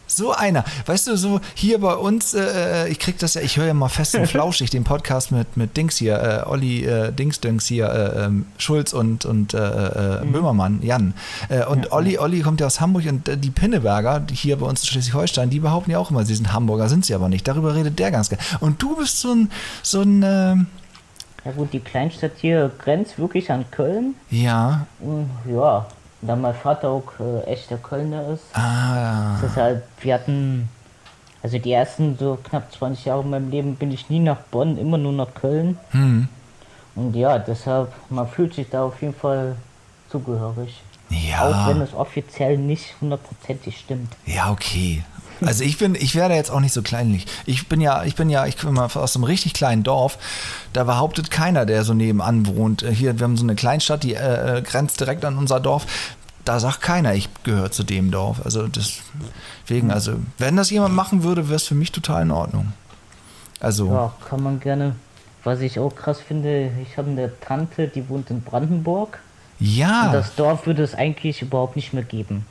Speaker 3: So einer. Weißt du, so hier bei uns, äh, ich krieg das ja, ich höre ja mal fest und flauschig den Podcast mit, mit Dings hier, äh, Olli äh, Dingsdüngs hier, äh, ähm, Schulz und, und äh,
Speaker 4: Mhm.
Speaker 3: äh, Böhmermann, Jan. Äh, und Olli, Olli kommt ja aus Hamburg und äh, die Pinneberger, die hier bei uns in Schleswig-Holstein, die behaupten ja auch immer, sie sind Hamburger, sind sie aber nicht. Darüber redet der ganz gerne. Und du bist so ein, so ein, ähm,
Speaker 4: Ja gut, die Kleinstadt hier grenzt wirklich an Köln.
Speaker 3: ja,
Speaker 4: Und Hm, ja, da mein Vater auch äh, echter Kölner ist,
Speaker 3: ah,
Speaker 4: deshalb wir hatten, also die ersten so knapp 20 Jahre in meinem Leben bin ich nie nach Bonn, immer nur nach Köln.
Speaker 3: hm,
Speaker 4: Und ja, deshalb, man fühlt sich da auf jeden Fall zugehörig.
Speaker 3: ja.
Speaker 4: Auch wenn es offiziell nicht hundertprozentig stimmt.
Speaker 3: Ja, okay. Also ich bin, ich werde jetzt auch nicht so kleinlich. Ich bin ja, ich bin ja, ich komme mal aus einem richtig kleinen Dorf. Da behauptet keiner, der so nebenan wohnt. äh, Hier, wir haben so eine Kleinstadt, die äh, äh, grenzt direkt an unser Dorf. Da sagt keiner, ich gehöre zu dem Dorf. Also deswegen, also wenn das jemand machen würde, wäre es für mich total in Ordnung. Also,
Speaker 4: Ja, kann man gerne. Was ich auch krass finde, ich habe eine Tante, die wohnt in Brandenburg. Und
Speaker 3: ja,
Speaker 4: das Dorf würde es eigentlich überhaupt nicht mehr geben,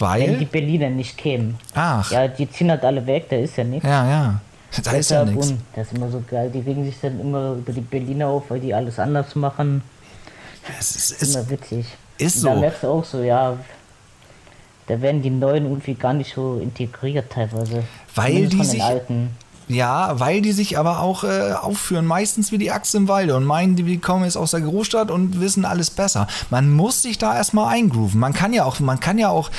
Speaker 4: wenn die
Speaker 3: weil,
Speaker 4: Berliner nicht kämen.
Speaker 3: ach, ja,
Speaker 4: Ja, die ziehen halt alle weg, da ist ja nichts.
Speaker 3: ja, da ist ja
Speaker 4: Deshalb
Speaker 3: nichts.
Speaker 4: und das ist immer so geil, die regen sich dann immer über die Berliner auf, weil die alles anders machen.
Speaker 3: Es ist,
Speaker 4: Ist
Speaker 3: ist,
Speaker 4: immer witzig.
Speaker 3: ist
Speaker 4: Und Da
Speaker 3: so.
Speaker 4: merkst du auch so, ja, da werden die Neuen irgendwie gar nicht so integriert teilweise.
Speaker 3: Weil
Speaker 4: Zumindest
Speaker 3: die
Speaker 4: von den
Speaker 3: sich-
Speaker 4: Alten.
Speaker 3: Ja, weil die sich aber auch äh, aufführen, meistens wie die Axt im Walde und meinen, die- die kommen jetzt aus der Großstadt und wissen alles besser. Man muss sich da erstmal eingrooven. Man kann ja auch, man kann ja auch,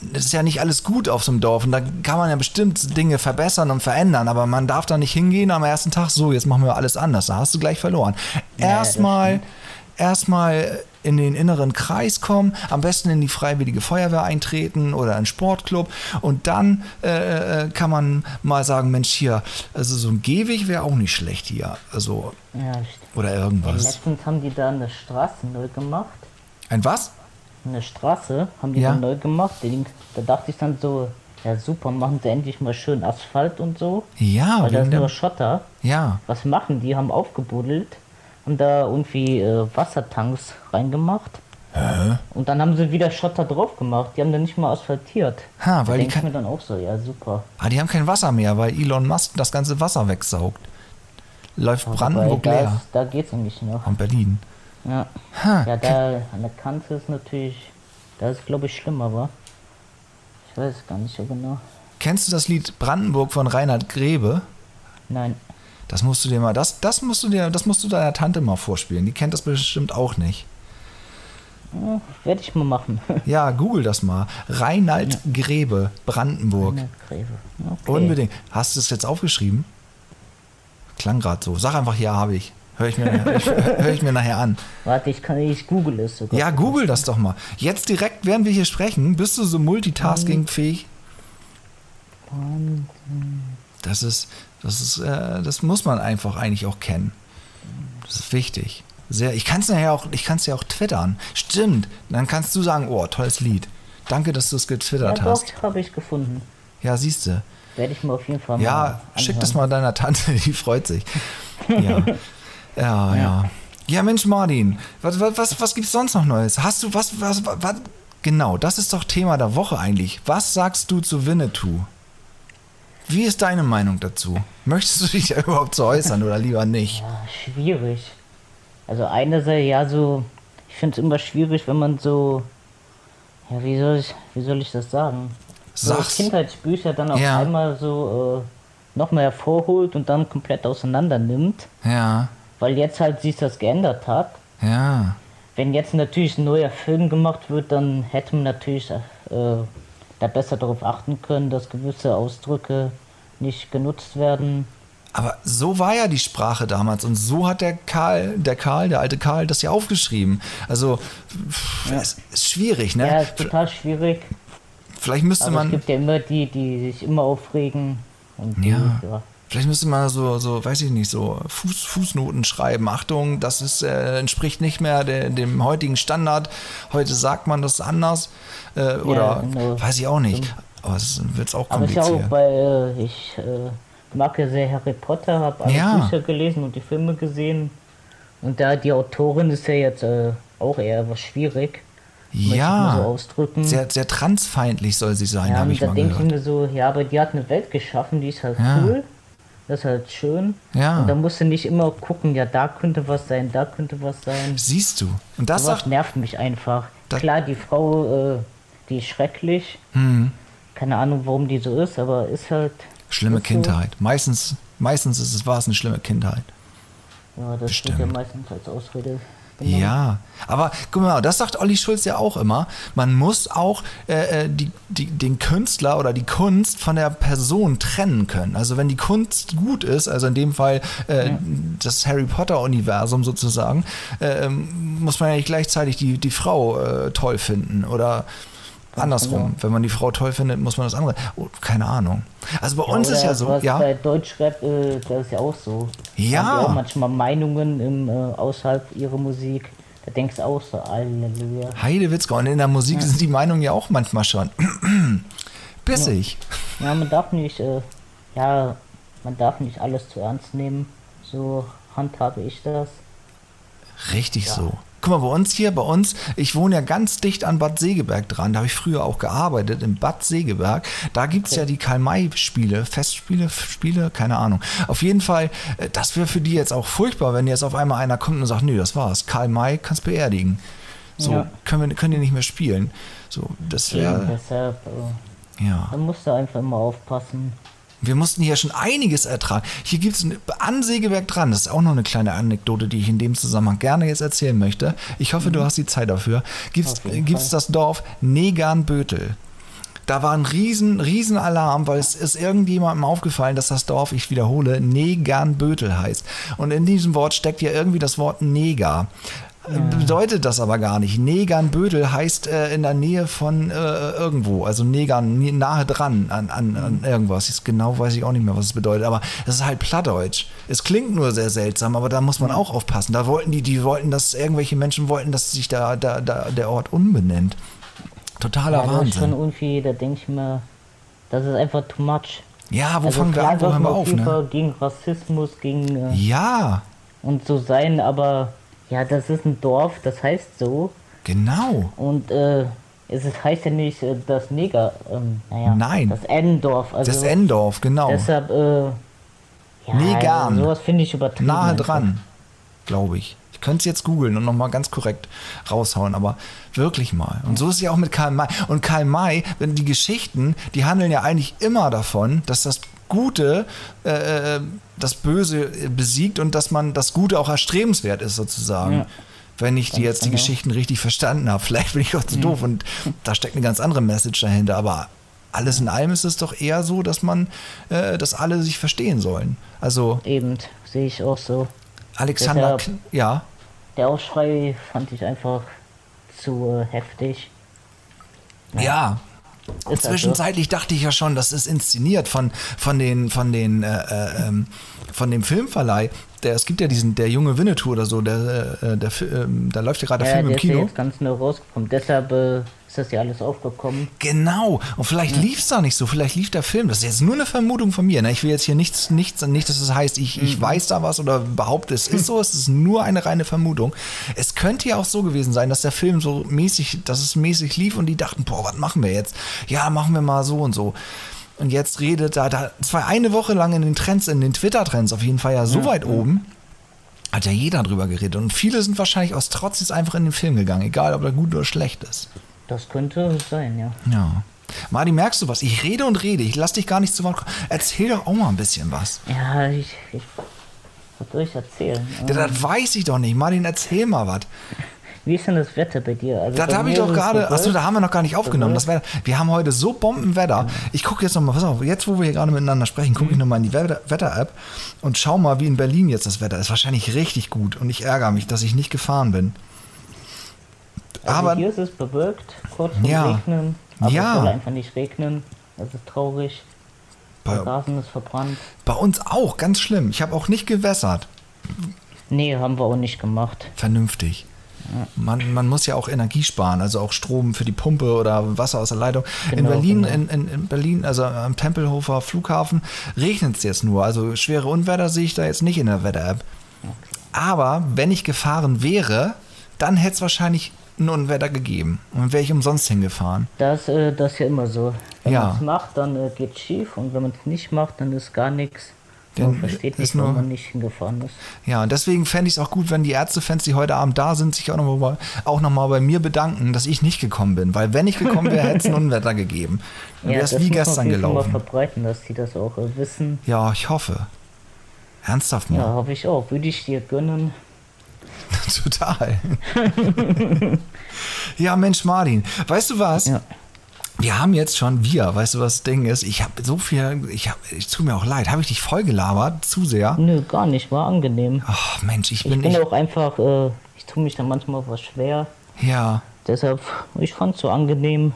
Speaker 3: das ist ja nicht alles gut auf so einem Dorf und da kann man ja bestimmt Dinge verbessern und verändern, aber man darf da nicht hingehen am ersten Tag, so, jetzt machen wir alles anders. Da hast du gleich verloren.
Speaker 4: Ja, das
Speaker 3: erstmal, erstmal in den inneren Kreis kommen, am besten in die Freiwillige Feuerwehr eintreten oder einen Sportclub und dann äh, äh, kann man mal sagen, Mensch, hier, also so ein Gehweg wäre auch nicht schlecht hier, also
Speaker 4: Ja, stimmt.
Speaker 3: oder irgendwas.
Speaker 4: Letztens haben die da eine Straße neu gemacht.
Speaker 3: Ein was?
Speaker 4: Eine Straße haben die
Speaker 3: Ja.
Speaker 4: dann neu gemacht. Die Ding- Da dachte ich dann so, ja super, machen sie endlich mal schön Asphalt und so.
Speaker 3: Ja,
Speaker 4: Weil da
Speaker 3: wegen
Speaker 4: ist
Speaker 3: der-
Speaker 4: nur Schotter.
Speaker 3: ja.
Speaker 4: Was machen die? Haben aufgebuddelt, haben da irgendwie äh, Wassertanks reingemacht. Und dann haben sie wieder Schotter drauf gemacht. Die haben da nicht mal asphaltiert.
Speaker 3: Ha,
Speaker 4: Da
Speaker 3: weil die
Speaker 4: denk ich
Speaker 3: kann-
Speaker 4: mir dann auch so, ja super.
Speaker 3: Ah, die haben kein Wasser mehr, weil Elon Musk das ganze Wasser wegsaugt. Läuft Brandenburg
Speaker 4: Weil da,
Speaker 3: leer.
Speaker 4: ist- da geht's eigentlich noch.
Speaker 3: Von Berlin.
Speaker 4: Ja.
Speaker 3: Ha,
Speaker 4: ja, da an der Kante ist natürlich, da ist glaube ich schlimmer, aber ich weiß gar nicht so genau.
Speaker 3: Kennst du das Lied Brandenburg von Reinhard Grebe?
Speaker 4: Nein,
Speaker 3: Das musst du dir mal, das, das musst du dir, das musst du deiner Tante mal vorspielen. Die kennt das bestimmt auch nicht.
Speaker 4: werde ich mal machen.
Speaker 3: Ja, google das mal. Reinhard Grebe, Brandenburg.
Speaker 4: Eine Gräbe. Okay.
Speaker 3: Unbedingt. Hast du es jetzt aufgeschrieben? Klang gerade so. Sag einfach, ja, habe ich. Hör ich, mir, hör, ich, hör ich mir nachher an.
Speaker 4: Warte, ich kann, ich google es sogar.
Speaker 3: Ja, google das doch mal. Jetzt direkt, während wir hier sprechen, bist du so multitaskingfähig?
Speaker 4: Bahn-
Speaker 3: Das ist, das ist, äh, das muss man einfach eigentlich auch kennen. Das ist wichtig. Sehr. Ich kann es nachher auch, ich kann es ja auch twittern. Stimmt. Dann kannst du sagen, oh, tolles Lied. Danke, dass du es
Speaker 4: Ja,
Speaker 3: getwittert
Speaker 4: doch,
Speaker 3: hast.
Speaker 4: habe ich gefunden.
Speaker 3: Ja, siehst du.
Speaker 4: Werde ich mir auf jeden Fall mal
Speaker 3: Ja, also. schick das
Speaker 4: anhören.
Speaker 3: mal deiner Tante, die freut sich. Ja, ja. ja. Ja, Mensch, Martin, was, was, was, was gibt's sonst noch Neues? Hast du was, was, was, was? Genau, das ist doch Thema der Woche eigentlich. Was sagst du zu Winnetou? Wie ist deine Meinung dazu? Möchtest du dich da überhaupt zu äußern oder lieber nicht?
Speaker 4: Ja, schwierig. Also einerseits, ja, so, ich finde es immer schwierig, wenn man so, ja, wie soll ich, wie soll ich das sagen?
Speaker 3: Sag's.
Speaker 4: So Kindheitsbücher dann auf
Speaker 3: Ja.
Speaker 4: einmal so äh, nochmal hervorholt und dann komplett auseinander nimmt,
Speaker 3: Ja,
Speaker 4: weil jetzt halt sich das geändert hat.
Speaker 3: ja.
Speaker 4: Wenn jetzt natürlich ein neuer Film gemacht wird, dann hätte man natürlich äh, da besser darauf achten können, dass gewisse Ausdrücke nicht genutzt werden.
Speaker 3: Aber so war ja die Sprache damals und so hat der Karl, der Karl, der alte Karl, das ja aufgeschrieben. Also pff, es ist schwierig, ne?
Speaker 4: Ja, ist
Speaker 3: V-
Speaker 4: total schwierig.
Speaker 3: Vielleicht müsste
Speaker 4: Aber es
Speaker 3: man,
Speaker 4: gibt ja immer die, die sich immer aufregen. Und die,
Speaker 3: Ja.
Speaker 4: ja.
Speaker 3: vielleicht müsste man so, so, weiß ich nicht, so Fuß, Fußnoten schreiben. Achtung, das ist, äh, entspricht nicht mehr de, dem heutigen Standard. Heute sagt man das anders äh, oder
Speaker 4: genau.
Speaker 3: weiß ich auch nicht. Aber es wird auch
Speaker 4: Aber ist ja
Speaker 3: kompliziert.
Speaker 4: auch, weil äh, ich äh, mag ja sehr Harry Potter, habe alle
Speaker 3: Ja.
Speaker 4: Bücher gelesen und die Filme gesehen. Und da die Autorin ist ja jetzt äh, auch eher was schwierig. möchte ich mal So
Speaker 3: ja,
Speaker 4: ausdrücken.
Speaker 3: sehr, sehr transfeindlich soll sie sein,
Speaker 4: ja,
Speaker 3: habe ich
Speaker 4: und da
Speaker 3: mal
Speaker 4: denke ich
Speaker 3: gehört.
Speaker 4: mir so, ja, aber die hat eine Welt geschaffen, die ist halt
Speaker 3: Ja.
Speaker 4: cool. Das ist halt schön.
Speaker 3: Ja.
Speaker 4: Und da musst du nicht immer gucken, ja, da könnte was sein, da könnte was sein.
Speaker 3: Siehst du? Und das
Speaker 4: Sowas
Speaker 3: sagt
Speaker 4: nervt mich einfach.
Speaker 3: Da-
Speaker 4: Klar, die Frau, äh, die ist schrecklich.
Speaker 3: Hm.
Speaker 4: Keine Ahnung, warum die so ist, aber ist halt.
Speaker 3: Schlimme
Speaker 4: ist so.
Speaker 3: Kindheit. Meistens, meistens ist es, war es eine schlimme Kindheit.
Speaker 4: Ja, das
Speaker 3: Bestimmt.
Speaker 4: wird ja meistens als Ausrede. Genau. genommen.
Speaker 3: Ja, aber guck mal, das sagt Olli Schulz ja auch immer. Man muss auch äh, äh, die, die, den Künstler oder die Kunst von der Person trennen können. Also wenn die Kunst gut ist, also in dem Fall äh, das Harry Potter-Universum sozusagen, äh, ähm, muss man ja nicht gleichzeitig die, die Frau äh, toll finden oder andersrum. Wenn man die Frau toll findet, muss man das andere. Oh, keine Ahnung. Also bei uns ist
Speaker 4: Oder
Speaker 3: ja so,
Speaker 4: was
Speaker 3: ja.
Speaker 4: Bei Deutschrap, äh, das ist ja auch so.
Speaker 3: Ja.
Speaker 4: Haben die auch manchmal Meinungen im, äh, außerhalb ihrer Musik. Da denkst du auch so, Halleluja.
Speaker 3: Heidewitzka. Und in der Musik sind die Meinungen ja auch manchmal schon bissig.
Speaker 4: Ja, man darf nicht, äh, ja, man darf nicht alles zu ernst nehmen. So handhabe ich das.
Speaker 3: Richtig so. Guck mal, bei uns hier, bei uns, ich wohne ja ganz dicht an Bad Segeberg dran. Da habe ich früher auch gearbeitet, in Bad Segeberg. Da gibt es ja die Karl-May-Spiele, Festspiele, F- Spiele, keine Ahnung. Auf jeden Fall, äh, das wäre für die jetzt auch furchtbar, wenn jetzt auf einmal einer kommt und sagt, nee, das war's. Karl-May kannst beerdigen. So,
Speaker 4: Ja.
Speaker 3: können, wir, können die nicht mehr spielen. So, das
Speaker 4: Eben
Speaker 3: wäre,
Speaker 4: Deshalb, äh,
Speaker 3: ja.
Speaker 4: man muss da einfach immer aufpassen.
Speaker 3: Wir mussten hier schon einiges ertragen. Hier gibt es ein Ansägewerk dran. Das ist auch noch eine kleine Anekdote, die ich in dem Zusammenhang gerne jetzt erzählen möchte. Ich hoffe, du hast die Zeit dafür. Gibt's,
Speaker 4: Mhm. Auf jeden
Speaker 3: gibt's das Dorf Negernbötel? Da war ein riesen, riesen Alarm, weil es ist irgendjemandem aufgefallen, dass das Dorf, ich wiederhole, Negernbötel heißt. Und in diesem Wort steckt ja irgendwie das Wort Neger. Bedeutet das aber gar nicht. Negernbödel heißt äh, in der Nähe von äh, irgendwo, also Negern, nie- nahe dran an, an, an irgendwas. Jetzt genau weiß ich auch nicht mehr, was es bedeutet, aber das ist halt Plattdeutsch. Es klingt nur sehr seltsam, aber da muss man auch aufpassen. Da wollten die, die wollten, dass irgendwelche Menschen wollten, dass sich da, da, da der Ort umbenennt. Totaler
Speaker 4: Ja, das ist
Speaker 3: Wahnsinn.
Speaker 4: schon irgendwie, da denke ich mir, das ist einfach too much.
Speaker 3: Ja, wo fangen wir an, wo
Speaker 4: sollte
Speaker 3: hören
Speaker 4: man
Speaker 3: wir auf,
Speaker 4: also jeden
Speaker 3: ne?
Speaker 4: Fall gegen Rassismus, gegen äh,
Speaker 3: Ja,
Speaker 4: und so sein, aber ja, das ist ein Dorf, das heißt so.
Speaker 3: genau.
Speaker 4: Und äh, es ist, heißt ja nicht äh, das Neger, ähm, naja,
Speaker 3: Nein.
Speaker 4: das N-Dorf. Also
Speaker 3: Das Endorf, genau.
Speaker 4: deshalb, äh, ja,
Speaker 3: Negern.
Speaker 4: Also sowas finde ich übertrieben.
Speaker 3: Nahe
Speaker 4: einfach.
Speaker 3: dran, glaube ich. Ich könnte es jetzt googeln und nochmal ganz korrekt raushauen, aber wirklich mal. Und so ist es ja auch mit Karl May. Und Karl May, wenn die Geschichten, die handeln ja eigentlich immer davon, dass das Gute äh, äh, das Böse besiegt und dass man das Gute auch erstrebenswert ist, sozusagen.
Speaker 4: Ja.
Speaker 3: Wenn ich die jetzt die
Speaker 4: genau. Mhm.
Speaker 3: Geschichten richtig verstanden habe. Vielleicht bin ich auch zu doof und da steckt eine ganz andere Message dahinter, aber. Alles in allem ist es doch eher so, dass man, äh, dass alle sich verstehen sollen. Also
Speaker 4: Eben, sehe ich auch so.
Speaker 3: Alexander,
Speaker 4: Deshalb-
Speaker 3: Kn- ja,
Speaker 4: Der Aufschrei fand ich einfach zu äh, heftig.
Speaker 3: ja.
Speaker 4: Ist halt so.
Speaker 3: Zwischenzeitlich dachte ich ja schon, das ist inszeniert von, von den, von den, äh, äh, ähm, von dem Filmverleih. Der, es gibt ja diesen, der junge Winnetou oder so, der, äh, der, Fi- ähm, da läuft ja gerade der
Speaker 4: Ja,
Speaker 3: Film
Speaker 4: der
Speaker 3: im
Speaker 4: ist ja
Speaker 3: Kino.
Speaker 4: jetzt ganz neu rausgekommen. Deshalb äh, ist das ja alles aufgekommen.
Speaker 3: Genau. Und vielleicht lief es da nicht so, vielleicht lief der Film. Das ist jetzt nur eine Vermutung von mir. Ne? Ich will jetzt hier nichts, nichts, nicht, dass es heißt, ich, ich weiß da was oder behaupte, es ist so. Es ist nur eine reine Vermutung. Es könnte ja auch so gewesen sein, dass der Film so mäßig, dass es mäßig lief und die dachten, boah, was machen wir jetzt? Ja, machen wir mal so und so. Und jetzt redet da, da zwei eine Woche lang in den Trends, in den Twitter-Trends, auf jeden Fall ja so weit oben, hat ja jeder drüber geredet. Und viele sind wahrscheinlich aus Trotz jetzt einfach in den Film gegangen, egal ob er gut oder schlecht ist.
Speaker 4: Das könnte sein, ja.
Speaker 3: Ja. Mari, merkst du was? Ich rede und rede. Ich lass dich gar nicht zu Wort kommen. Erzähl doch auch mal ein bisschen was.
Speaker 4: Ja, ich, ich was soll ich erzählen?
Speaker 3: Ja, das weiß ich doch nicht. Martin, erzähl mal was.
Speaker 4: Wie ist denn das Wetter bei dir? Also
Speaker 3: Das
Speaker 4: bei
Speaker 3: habe ich
Speaker 4: mir
Speaker 3: doch
Speaker 4: ist es
Speaker 3: gerade.
Speaker 4: bewölkt.
Speaker 3: Achso, da haben wir noch gar nicht aufgenommen. Das
Speaker 4: Bewölkt.
Speaker 3: Wetter. Wir haben heute so Bombenwetter. Ich gucke jetzt nochmal, pass auf, jetzt wo wir hier gerade miteinander sprechen, gucke ich nochmal in die Wetter- Wetter-App und schau mal, wie in Berlin jetzt das Wetter ist. Wahrscheinlich richtig gut und ich ärgere mich, dass ich nicht gefahren bin.
Speaker 4: also
Speaker 3: aber-
Speaker 4: hier ist es bewölkt, kurz vor
Speaker 3: Ja.
Speaker 4: Regnen. Aber
Speaker 3: Ja.
Speaker 4: es soll einfach nicht regnen. Das ist traurig.
Speaker 3: Bei,
Speaker 4: Das Rasen ist verbrannt.
Speaker 3: bei uns auch, ganz schlimm. Ich habe auch nicht gewässert.
Speaker 4: Nee, haben wir auch nicht gemacht.
Speaker 3: Vernünftig. Man, man muss ja auch Energie sparen, also auch Strom für die Pumpe oder Wasser aus der Leitung. in
Speaker 4: Genau,
Speaker 3: Berlin,
Speaker 4: genau.
Speaker 3: in, in, in Berlin, also am Tempelhofer Flughafen, regnet es jetzt nur. Also schwere Unwetter sehe ich da jetzt nicht in der Wetter-App. Aber wenn ich gefahren wäre, dann hätte es wahrscheinlich ein Unwetter gegeben. Und dann wäre ich umsonst hingefahren.
Speaker 4: Das, äh, das ist ja immer so. Wenn
Speaker 3: Ja.
Speaker 4: man es macht, dann äh, geht schief und wenn man es nicht macht, dann ist gar nichts.
Speaker 3: Dann
Speaker 4: Man versteht
Speaker 3: ist
Speaker 4: nicht, warum
Speaker 3: nur-
Speaker 4: man nicht hingefahren ist.
Speaker 3: Ja, und deswegen fände ich es auch gut, wenn die Ärztefans, die heute Abend da sind, sich auch nochmal auch noch mal bei mir bedanken, dass ich nicht gekommen bin. Weil wenn ich gekommen wäre, hätte es ein Unwetter gegeben. Dann wäre es wie
Speaker 4: muss man auf
Speaker 3: gestern
Speaker 4: jeden Fall
Speaker 3: gelaufen.
Speaker 4: Mal verbreiten, dass die das auch äh, wissen.
Speaker 3: Ja, ich hoffe. Ernsthaft
Speaker 4: Ja,
Speaker 3: mal.
Speaker 4: habe ich auch. Würde ich dir gönnen.
Speaker 3: Total. ja, Mensch, Martin. Weißt du was?
Speaker 4: Ja.
Speaker 3: Wir haben jetzt schon wir. Weißt du, was das Ding ist? Ich habe so viel. Ich habe. Ich tut mir auch leid. Habe ich dich voll gelabert? Zu sehr?
Speaker 4: Nö, gar nicht. War angenehm.
Speaker 3: Ach, Mensch, ich
Speaker 4: Hm. Ich
Speaker 3: bin
Speaker 4: bin
Speaker 3: nicht.
Speaker 4: auch einfach, äh, ich tue mich da manchmal was schwer.
Speaker 3: Ja,
Speaker 4: Deshalb, ich fand's so angenehm.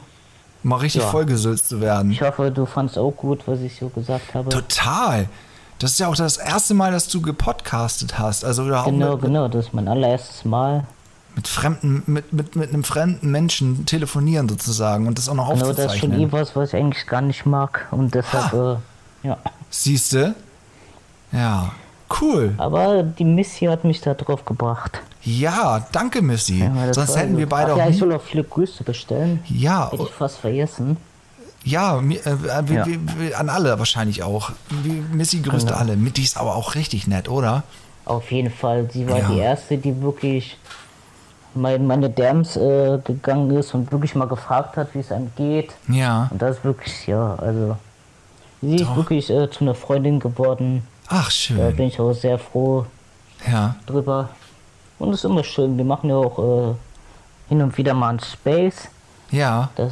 Speaker 3: mal richtig
Speaker 4: Ja.
Speaker 3: vollgesülzt zu werden.
Speaker 4: Ich hoffe, du fandst auch gut, was ich so gesagt habe.
Speaker 3: Total. Das ist ja auch das erste Mal, dass du gepodcastet hast. Also überhaupt
Speaker 4: Genau,
Speaker 3: mit,
Speaker 4: genau, das ist mein allererstes Mal.
Speaker 3: mit fremden, mit, mit, mit einem fremden Menschen telefonieren sozusagen und das auch noch
Speaker 4: Genau, das ist schon eh
Speaker 3: aufzuzeichnen.
Speaker 4: was, was ich eigentlich gar nicht mag. Und deshalb, äh, ja.
Speaker 3: Siehst du? Ja. Cool.
Speaker 4: Aber die Missy hat mich da drauf gebracht.
Speaker 3: Ja, danke, Missy.
Speaker 4: Ja, das
Speaker 3: Sonst
Speaker 4: war
Speaker 3: hätten
Speaker 4: gut.
Speaker 3: wir beide
Speaker 4: Ach,
Speaker 3: auch.
Speaker 4: Ja, ich
Speaker 3: nie,
Speaker 4: soll auch viele Grüße bestellen.
Speaker 3: ja,
Speaker 4: Hätte ich fast vergessen.
Speaker 3: ja, mir- äh, wir,
Speaker 4: Ja. Genau.
Speaker 3: Wir, wir, an alle wahrscheinlich auch. Wir- Missy grüßt alle. Mit- Die ist aber auch richtig nett, oder?
Speaker 4: Auf jeden Fall, sie war
Speaker 3: Ja.
Speaker 4: die erste, die wirklich mein, meine Dams äh, gegangen ist und wirklich mal gefragt hat, wie es einem geht.
Speaker 3: Ja.
Speaker 4: Und das ist wirklich, ja, also. Sie
Speaker 3: Doch. Mhm.
Speaker 4: ist wirklich äh, zu einer Freundin geworden.
Speaker 3: Ach,
Speaker 4: Da
Speaker 3: schön.
Speaker 4: bin ich auch sehr froh
Speaker 3: Ja.
Speaker 4: drüber. Und ist immer schön. Wir machen ja auch äh, hin und wieder mal einen Space.
Speaker 3: Ja.
Speaker 4: Das,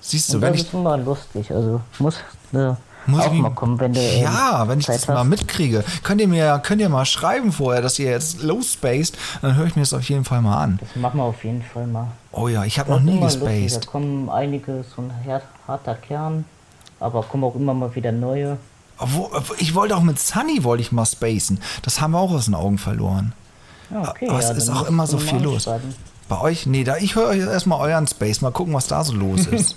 Speaker 3: Siehst
Speaker 4: und
Speaker 3: du, wenn
Speaker 4: das
Speaker 3: ich.
Speaker 4: ist immer lustig. Also muss, äh,
Speaker 3: Muss
Speaker 4: auch
Speaker 3: ich-
Speaker 4: mal kommen, wenn du. äh,
Speaker 3: Ja, wenn ich
Speaker 4: Zeit
Speaker 3: das mal mitkriege. Könnt ihr mir könnt ihr mal schreiben vorher, dass ihr jetzt lowspaced, dann höre ich mir das auf jeden Fall mal an.
Speaker 4: Das machen wir auf jeden Fall mal.
Speaker 3: Oh ja, ich habe
Speaker 4: Das
Speaker 3: noch
Speaker 4: ist
Speaker 3: nie
Speaker 4: immer lustig,
Speaker 3: gespaced.
Speaker 4: Da kommen einige, so ein har- harter Kern, aber kommen auch immer mal wieder neue.
Speaker 3: Obwohl, ich wollte auch mit Sunny wollte ich mal spacen. Das haben wir auch aus den Augen verloren.
Speaker 4: Ja, okay,
Speaker 3: Ah, Aber
Speaker 4: ja,
Speaker 3: es ist
Speaker 4: dann
Speaker 3: auch
Speaker 4: musst
Speaker 3: immer
Speaker 4: du
Speaker 3: so
Speaker 4: mal
Speaker 3: viel los.
Speaker 4: anschreiben.
Speaker 3: Bei euch? Nee, da ich höre euch jetzt erstmal euren Space. Mal gucken, was da so los ist.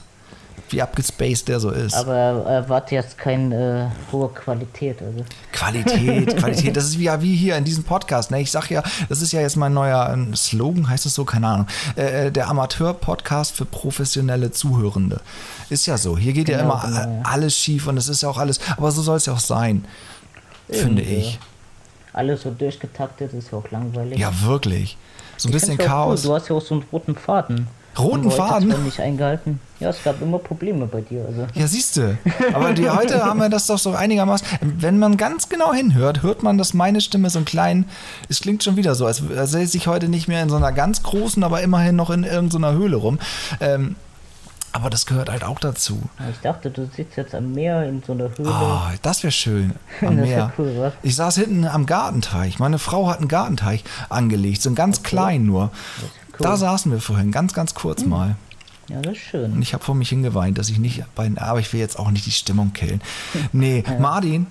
Speaker 3: Wie abgespaced der so ist.
Speaker 4: Aber erwarte jetzt keine äh, hohe Qualität. Also.
Speaker 3: Qualität, Qualität. Das ist wie, ja wie hier in diesem Podcast. Ne? Ich sag ja, das ist ja jetzt mein neuer ähm, Slogan, heißt es so, keine Ahnung. Äh, äh, der Amateur-Podcast für professionelle Zuhörende. Ist ja so. Hier geht ja
Speaker 4: Genau,
Speaker 3: immer
Speaker 4: genau,
Speaker 3: a-
Speaker 4: ja.
Speaker 3: alles schief und das ist ja auch alles. Aber so soll es ja auch sein, finde
Speaker 4: Eben,
Speaker 3: ich.
Speaker 4: Alles so durchgetaktet ist ja auch langweilig.
Speaker 3: Ja, wirklich. So ein
Speaker 4: Ich
Speaker 3: bisschen
Speaker 4: find's ja auch
Speaker 3: Chaos.
Speaker 4: Cool. Du hast ja auch so einen roten Faden.
Speaker 3: Roten
Speaker 4: Und heute
Speaker 3: Faden?
Speaker 4: zwar nicht eingehalten. Ja, es gab immer Probleme bei dir. Also.
Speaker 3: Ja, siehst du. Aber die, heute haben wir das doch so einigermaßen. Wenn man ganz genau hinhört, hört man, dass meine Stimme so einen kleinen. Es klingt schon wieder so, als säße ich heute nicht mehr in so einer ganz großen, aber immerhin noch in irgendeiner Höhle rum. Ähm, aber das gehört halt auch dazu.
Speaker 4: Ich dachte, du sitzt jetzt am Meer in so einer Höhle.
Speaker 3: Ah, das wäre schön. Am
Speaker 4: Das wär
Speaker 3: Meer.
Speaker 4: cool, wa?
Speaker 3: Ich saß hinten am Gartenteich. Meine Frau hat einen Gartenteich angelegt, so einen ganz kleinen nur.
Speaker 4: cool. Mhm.
Speaker 3: Da saßen wir vorhin, ganz, ganz kurz mal.
Speaker 4: Ja, das ist
Speaker 3: Und
Speaker 4: schön.
Speaker 3: ich habe vor mich hingeweint, dass ich nicht bei aber ich will jetzt auch nicht die Stimmung killen. Nee, Martin.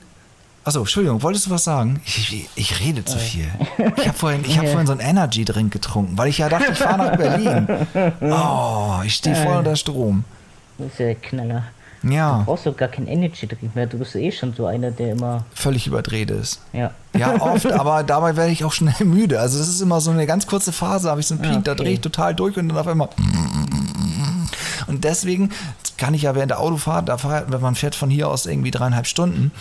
Speaker 3: Achso, Entschuldigung, wolltest du was sagen? Ich, ich, ich rede zu viel. Ich habe vorhin, ich hab vorhin so einen Energy-Drink getrunken, weil ich ja dachte, ich fahre nach Berlin. Oh, ich stehe voll unter Strom.
Speaker 4: Das ist ja der Knaller.
Speaker 3: Ja,
Speaker 4: brauchst du gar keinen Energy Drink mehr. Du bist eh schon so einer, der immer.
Speaker 3: völlig überdreht ist.
Speaker 4: Ja.
Speaker 3: Ja, oft, aber dabei werde ich auch schnell müde. Also es ist immer so eine ganz kurze Phase, habe ich so einen Peak, da
Speaker 4: okay.
Speaker 3: drehe ich total durch und dann auf einmal. Und Und deswegen kann ich ja während der Autofahrt, da fahr, wenn man fährt von hier aus irgendwie dreieinhalb Stunden,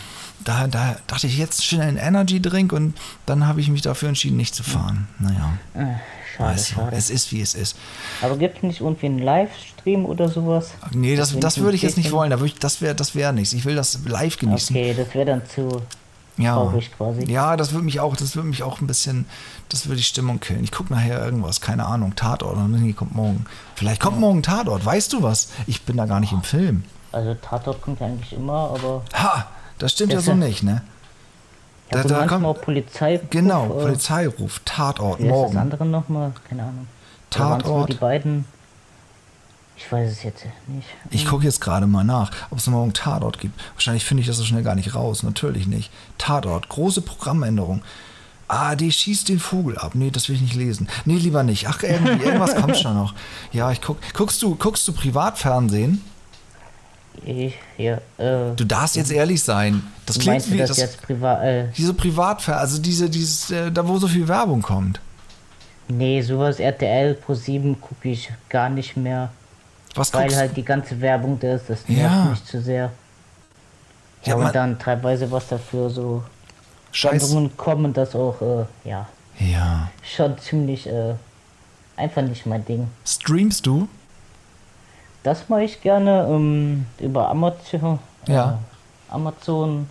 Speaker 3: da, da dachte ich jetzt schnell einen Energy Drink und dann habe ich mich dafür entschieden, nicht zu fahren. Naja,
Speaker 4: Äh, schade,
Speaker 3: weiß ich,
Speaker 4: schade.
Speaker 3: es ist wie es ist.
Speaker 4: Aber gibt es nicht irgendwie einen Livestream oder sowas? Also
Speaker 3: Nee, das, das würde ich jetzt nicht
Speaker 4: Deswegen-
Speaker 3: wollen. Da würd ich, das wäre das wär nichts. Ich will das live genießen.
Speaker 4: Okay, das wäre dann zu.
Speaker 3: ja.
Speaker 4: traurig quasi.
Speaker 3: Ja, das würde mich auch, das würde mich auch ein bisschen, das würde die Stimmung killen. Ich gucke nachher irgendwas, keine Ahnung, Tatort oder nee, kommt morgen. Vielleicht kommt morgen Tatort, weißt du was? Ich bin da gar nicht im Film.
Speaker 4: Also Tatort kommt ja eigentlich immer, aber.
Speaker 3: Ha, das stimmt ja so
Speaker 4: Deshalb-
Speaker 3: nicht, ne?
Speaker 4: Ja,
Speaker 3: Da-
Speaker 4: aber
Speaker 3: da
Speaker 4: manchmal
Speaker 3: kommt-
Speaker 4: auch Polizei.
Speaker 3: Genau,
Speaker 4: äh,
Speaker 3: Polizeiruf, Tatort,
Speaker 4: Wie ist das
Speaker 3: morgen.
Speaker 4: andere nochmal? Keine Ahnung. Oder waren's nur
Speaker 3: Tatort.
Speaker 4: Die beiden. Ich weiß es jetzt nicht.
Speaker 3: Ich gucke jetzt gerade mal nach, ob es morgen Tatort gibt. Wahrscheinlich finde ich das so schnell gar nicht raus. Natürlich nicht. Tatort, große Programmänderung. ARD schießt den Vogel ab. Nee, das will ich nicht lesen. Nee, lieber nicht. Ach, irgendwie, irgendwas kommt schon noch. Ja, ich guck. Guckst du, guckst du Privatfernsehen?
Speaker 4: Ich, hier, äh,
Speaker 3: Du darfst jetzt ehrlich sein. Das klingt
Speaker 4: meinst du
Speaker 3: wie
Speaker 4: das,
Speaker 3: das,
Speaker 4: jetzt privat? Äh,
Speaker 3: diese Privatfernsehen, also diese, dieses, äh, da wo so viel Werbung kommt.
Speaker 4: nee, sowas RTL Pro 7 gucke ich gar nicht mehr,
Speaker 3: Was
Speaker 4: weil
Speaker 3: guckst
Speaker 4: halt die ganze Werbung da ist, das nervt
Speaker 3: Ja.
Speaker 4: mich zu sehr.
Speaker 3: Ja,
Speaker 4: Ja,
Speaker 3: man-
Speaker 4: und dann teilweise was dafür so
Speaker 3: Scheiß.
Speaker 4: Sendungen kommen, das auch, äh, ja,
Speaker 3: Ja.
Speaker 4: schon ziemlich, äh, einfach nicht mein Ding.
Speaker 3: Streamst du?
Speaker 4: Das mache ich gerne ähm, über Amazon.
Speaker 3: Ja.
Speaker 4: Äh, Amazon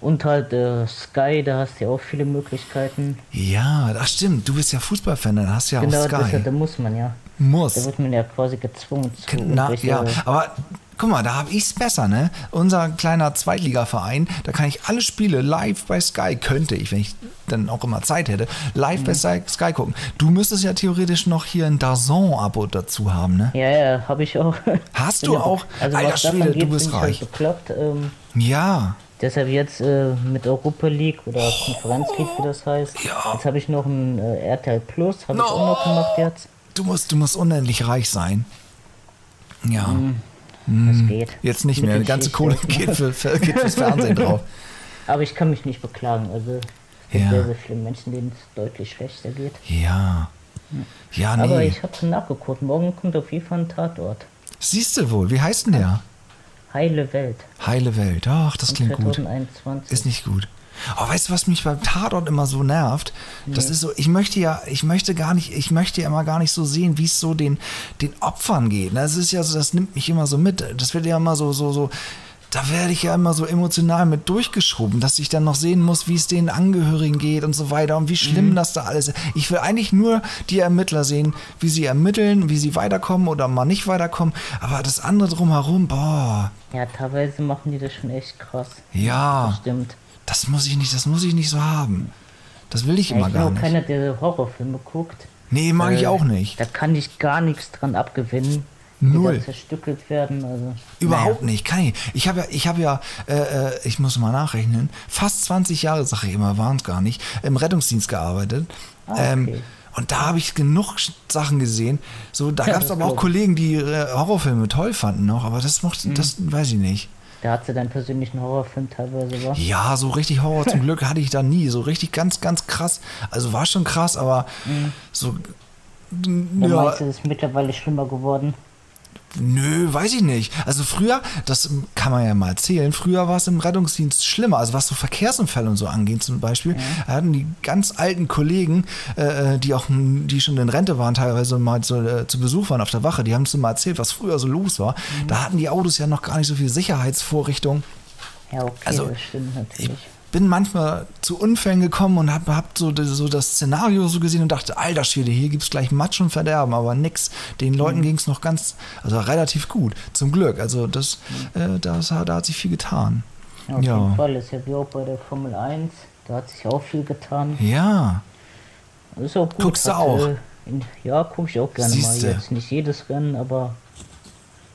Speaker 4: und halt äh, Sky, da hast du ja auch viele Möglichkeiten.
Speaker 3: Ja, das stimmt. Du bist ja Fußballfan, dann hast du ja
Speaker 4: genau,
Speaker 3: auch
Speaker 4: das, ja-
Speaker 3: Sky.
Speaker 4: da muss man ja. Da
Speaker 3: Muss.
Speaker 4: wird man ja quasi gezwungen zu.
Speaker 3: Na,
Speaker 4: irgendwelche-
Speaker 3: ja, aber guck mal, da habe ich's besser, ne? Unser kleiner Zweitligaverein, da kann ich alle Spiele live bei Sky, könnte ich, wenn ich dann auch immer Zeit hätte, live bei Sky, Sky gucken. Du müsstest ja theoretisch noch hier ein Dazon-Abo dazu haben, ne?
Speaker 4: Ja, ja, habe ich auch.
Speaker 3: Hast
Speaker 4: Bin
Speaker 3: du
Speaker 4: ja-
Speaker 3: auch?
Speaker 4: Also
Speaker 3: Alter
Speaker 4: was das
Speaker 3: Schwede,
Speaker 4: angeht,
Speaker 3: du bist
Speaker 4: bin ich halt
Speaker 3: reich.
Speaker 4: Bekloppt, ähm,
Speaker 3: Ja,
Speaker 4: deshalb jetzt äh, mit Europa League oder Konferenz League, wie das heißt.
Speaker 3: Oh. Ja.
Speaker 4: Jetzt habe ich noch ein äh, RTL Plus, habe ich auch noch gemacht jetzt.
Speaker 3: du musst, du musst unendlich reich sein. Ja,
Speaker 4: Das geht.
Speaker 3: Mm. jetzt nicht mehr. Die ganze
Speaker 4: Mittelschicht.
Speaker 3: Kohle geht, für, für, geht fürs Fernsehen drauf.
Speaker 4: Aber ich kann mich nicht beklagen. Also es gibt
Speaker 3: Ja.
Speaker 4: sehr, sehr viele Menschen, denen es deutlich schlechter geht.
Speaker 3: Ja. Ja, nee.
Speaker 4: Aber ich habe schon nachgeguckt. Morgen kommt auf jeden Fall ein Tatort.
Speaker 3: Siehst du wohl, wie heißt denn der?
Speaker 4: Heile Welt.
Speaker 3: Heile Welt. Ach, das klingt gut.
Speaker 4: 2021.
Speaker 3: Ist nicht gut. Aber weißt du, was mich beim Tatort immer so nervt? Das ist so, ich möchte ja, ich möchte gar nicht, ich möchte ja immer gar nicht so sehen, wie es so den, den Opfern geht. Das ist ja so, das nimmt mich immer so mit. Das wird ja immer so, so, so, da werde ich ja immer so emotional mit durchgeschoben, dass ich dann noch sehen muss, wie es den Angehörigen geht und so weiter und wie schlimm das da alles ist. Ich will eigentlich nur die Ermittler sehen, wie sie ermitteln, wie sie weiterkommen oder mal nicht weiterkommen. Aber das andere drumherum, boah,
Speaker 4: ja, teilweise machen die das schon echt krass.
Speaker 3: ja.
Speaker 4: Stimmt.
Speaker 3: Das muss ich nicht, das muss ich nicht so haben. Das will ich
Speaker 4: Ja,
Speaker 3: immer
Speaker 4: ich bin
Speaker 3: gar
Speaker 4: auch
Speaker 3: nicht.
Speaker 4: keiner, der so Horrorfilme guckt.
Speaker 3: nee, mag ich
Speaker 4: Äh,
Speaker 3: auch nicht.
Speaker 4: Da kann ich gar nichts dran abgewinnen.
Speaker 3: Null.
Speaker 4: Die da zerstückelt werden. Also,
Speaker 3: Überhaupt nicht, kann ich. Ich habe ja, ich habe ja, äh, äh, ich muss mal nachrechnen, fast 20 Jahre, sage ich immer, waren es gar nicht, im Rettungsdienst gearbeitet.
Speaker 4: Ah, okay.
Speaker 3: ähm, und da habe ich genug Sch- Sachen gesehen. So, da
Speaker 4: Ja,
Speaker 3: gab es
Speaker 4: das
Speaker 3: aber auch
Speaker 4: glaub ich. Mhm.
Speaker 3: Kollegen, die äh, Horrorfilme toll fanden noch, aber das mochte, das weiß ich nicht.
Speaker 4: Da hat sie deinen persönlichen Horrorfilm teilweise war.
Speaker 3: Ja, so richtig Horror zum Glück hatte ich da nie. So richtig ganz, ganz krass. Also war schon krass, aber so.
Speaker 4: Mhm. Wo
Speaker 3: ja.
Speaker 4: meinst du, das ist mittlerweile schlimmer geworden?
Speaker 3: Nö, weiß ich nicht. Also früher, das kann man ja mal erzählen, früher war es im Rettungsdienst schlimmer. Also was so Verkehrsunfälle und so angeht zum Beispiel, da hatten die ganz alten Kollegen, äh, die auch hm, die schon in Rente waren, teilweise mal zu, äh, zu Besuch waren auf der Wache, die haben es mal erzählt, was früher so los war. Da hatten die Autos ja noch gar nicht so viel Sicherheitsvorrichtungen.
Speaker 4: Ja, okay,
Speaker 3: Also,
Speaker 4: das stimmt
Speaker 3: Ich
Speaker 4: natürlich.
Speaker 3: bin manchmal zu Unfällen gekommen und hab, hab so, das- so das Szenario so gesehen und dachte, alter Schwede, hier gibt's gleich Matsch und Verderben, aber nix. Den
Speaker 4: Mhm.
Speaker 3: Leuten ging's noch ganz, also relativ gut, zum Glück. Also das, äh, das, hat- da hat sich viel getan.
Speaker 4: Mhm. Ja, Auf jeden
Speaker 3: Ja.
Speaker 4: Fall ist ja wie auch bei der Formel 1. Da hat sich auch viel getan.
Speaker 3: Ja,
Speaker 4: Ist auch gut.
Speaker 3: Guckst du
Speaker 4: hat,
Speaker 3: auch?
Speaker 4: äh, In, ja, guck ich auch gerne
Speaker 3: Siehste.
Speaker 4: mal. Jetzt nicht jedes Rennen, aber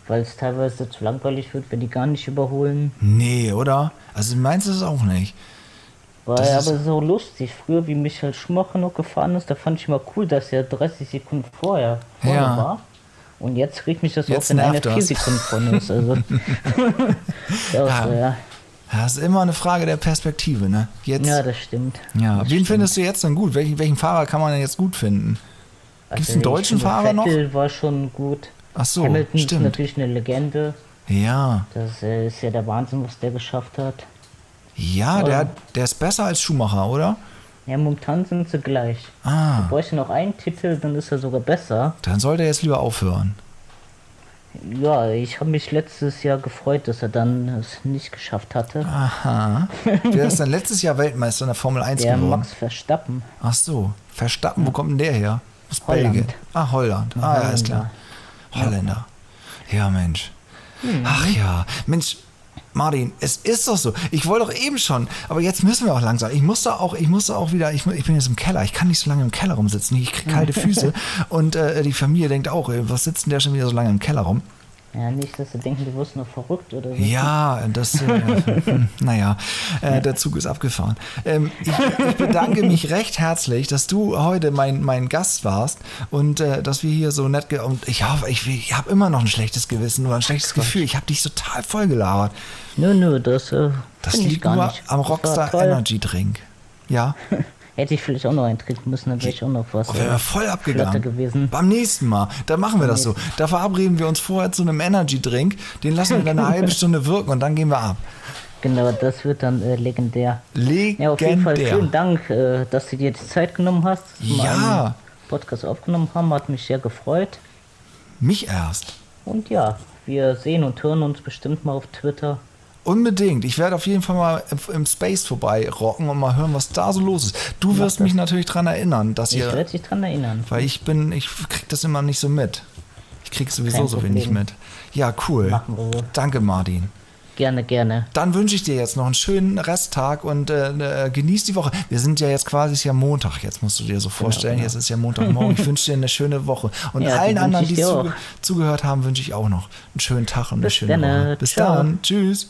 Speaker 4: weil es teilweise zu langweilig wird, wenn die gar nicht überholen.
Speaker 3: nee, oder? Also meinst du es auch nicht?
Speaker 4: Weil,
Speaker 3: Das ist-
Speaker 4: aber so lustig. Früher, wie Michael Schumacher noch gefahren ist, da fand ich immer cool, dass er 30 Sekunden vorher vorne
Speaker 3: Ja.
Speaker 4: war. Und jetzt regt mich das
Speaker 3: Jetzt
Speaker 4: auf, wenn einer
Speaker 3: nervt das.
Speaker 4: 4 Sekunden vorne ist. Also. äh, ja, so, ja.
Speaker 3: Das ist immer eine Frage der Perspektive, ne? Jetzt,
Speaker 4: ja,
Speaker 3: ja,
Speaker 4: das stimmt.
Speaker 3: wen findest du jetzt denn gut? Welchen, welchen Fahrer kann man denn jetzt gut finden? Gibt's einen
Speaker 4: Also, ich
Speaker 3: deutschen
Speaker 4: finde,
Speaker 3: Fahrer noch?
Speaker 4: Vettel war schon gut.
Speaker 3: Ach so,
Speaker 4: Hamilton ist
Speaker 3: stimmt.
Speaker 4: natürlich eine Legende.
Speaker 3: Ja,
Speaker 4: Das äh, ist ja der Wahnsinn, was der geschafft hat.
Speaker 3: ja, der,
Speaker 4: Ja.
Speaker 3: hat- der ist besser als Schumacher, oder?
Speaker 4: Ja, momentan sind sie gleich.
Speaker 3: Ah,
Speaker 4: Bräuchte noch einen Titel, dann ist er sogar besser.
Speaker 3: dann sollte er jetzt lieber aufhören.
Speaker 4: Ja, ich habe mich letztes Jahr gefreut, dass er dann es nicht geschafft hatte.
Speaker 3: Ah, Aha. Wer ist denn letztes Jahr Weltmeister in der Formel 1
Speaker 4: der
Speaker 3: geworden?
Speaker 4: Max Verstappen.
Speaker 3: Ach so, Verstappen, wo kommt denn der her? Aus
Speaker 4: Holland.
Speaker 3: Belgien. Ah, Holland. Ah, ja, ist klar. Holländer. Ja, Mensch. Ach ja, Mensch. Martin, es ist doch so. Ich wollte doch eben schon, aber jetzt müssen wir auch langsam. Ich muss da auch, ich muss da auch wieder, ich, mu- ich bin jetzt im Keller. Ich kann nicht so lange im Keller rumsitzen. Ich kriege kalte Füße. Und äh, die Familie denkt auch, äh, was sitzt denn der schon wieder so lange im Keller rum?
Speaker 4: Ja, nicht, dass sie denken, du wirst nur verrückt oder so.
Speaker 3: Ja, das, äh, hm, naja, äh, der Zug ist abgefahren. Ähm, ich, ich bedanke mich recht herzlich, dass du heute mein, mein Gast warst und äh, dass wir hier so nett, ge und ich hoffe, ich, ich habe immer noch ein schlechtes Gewissen oder ein schlechtes Gefühl. Ich habe dich total voll gelabert.
Speaker 4: Nö, nö, das, äh,
Speaker 3: Das
Speaker 4: find ich
Speaker 3: liegt
Speaker 4: gar
Speaker 3: nur
Speaker 4: nicht.
Speaker 3: am
Speaker 4: Das war
Speaker 3: Rockstar
Speaker 4: toll.
Speaker 3: Energy Drink. Ja,
Speaker 4: Hätte ich vielleicht auch noch einen trinken müssen, dann wäre ich auch noch was.
Speaker 3: oh, wäre
Speaker 4: äh,
Speaker 3: mir voll abgegangen.
Speaker 4: flotter gewesen.
Speaker 3: Beim nächsten Mal, da machen wir das so. Da verabreden wir uns vorher zu einem Energy Drink, den lassen wir dann eine halbe Stunde wirken und dann gehen wir ab.
Speaker 4: Genau, das wird dann äh, legendär.
Speaker 3: Legendär.
Speaker 4: Ja, auf jeden Fall vielen Dank, äh, dass du dir die Zeit genommen hast. dass wir
Speaker 3: Ja.
Speaker 4: einen Podcast aufgenommen haben, hat mich sehr gefreut.
Speaker 3: Mich erst.
Speaker 4: Und ja, wir sehen und hören uns bestimmt mal auf Twitter.
Speaker 3: Unbedingt. Ich werde auf jeden Fall mal im- im Space vorbei rocken und mal hören, was da so los ist. Du wirst mich natürlich dran erinnern, dass
Speaker 4: Ich
Speaker 3: ihr.
Speaker 4: werde dich dran erinnern.
Speaker 3: Weil ich bin, ich krieg das immer nicht so mit. Ich krieg sowieso
Speaker 4: Kein
Speaker 3: so wenig
Speaker 4: Problem.
Speaker 3: mit. Ja, cool.
Speaker 4: Machen wir so.
Speaker 3: Danke, Martin.
Speaker 4: Gerne, gerne.
Speaker 3: Dann wünsche ich dir jetzt noch einen schönen Resttag und äh, äh, genieß die Woche. Wir sind ja jetzt quasi, es ist ja Montag, jetzt musst du dir so vorstellen, jetzt ist ja Montagmorgen. Ich wünsche dir eine schöne Woche. Und
Speaker 4: Genau, Ja, die
Speaker 3: allen
Speaker 4: wünsche
Speaker 3: anderen,
Speaker 4: ich
Speaker 3: die
Speaker 4: dir
Speaker 3: zuge
Speaker 4: auch.
Speaker 3: zugehört haben, wünsche ich auch noch einen schönen Tag und eine
Speaker 4: Bis
Speaker 3: schöne
Speaker 4: denne.
Speaker 3: Woche. Bis
Speaker 4: Ciao.
Speaker 3: dann. Tschüss.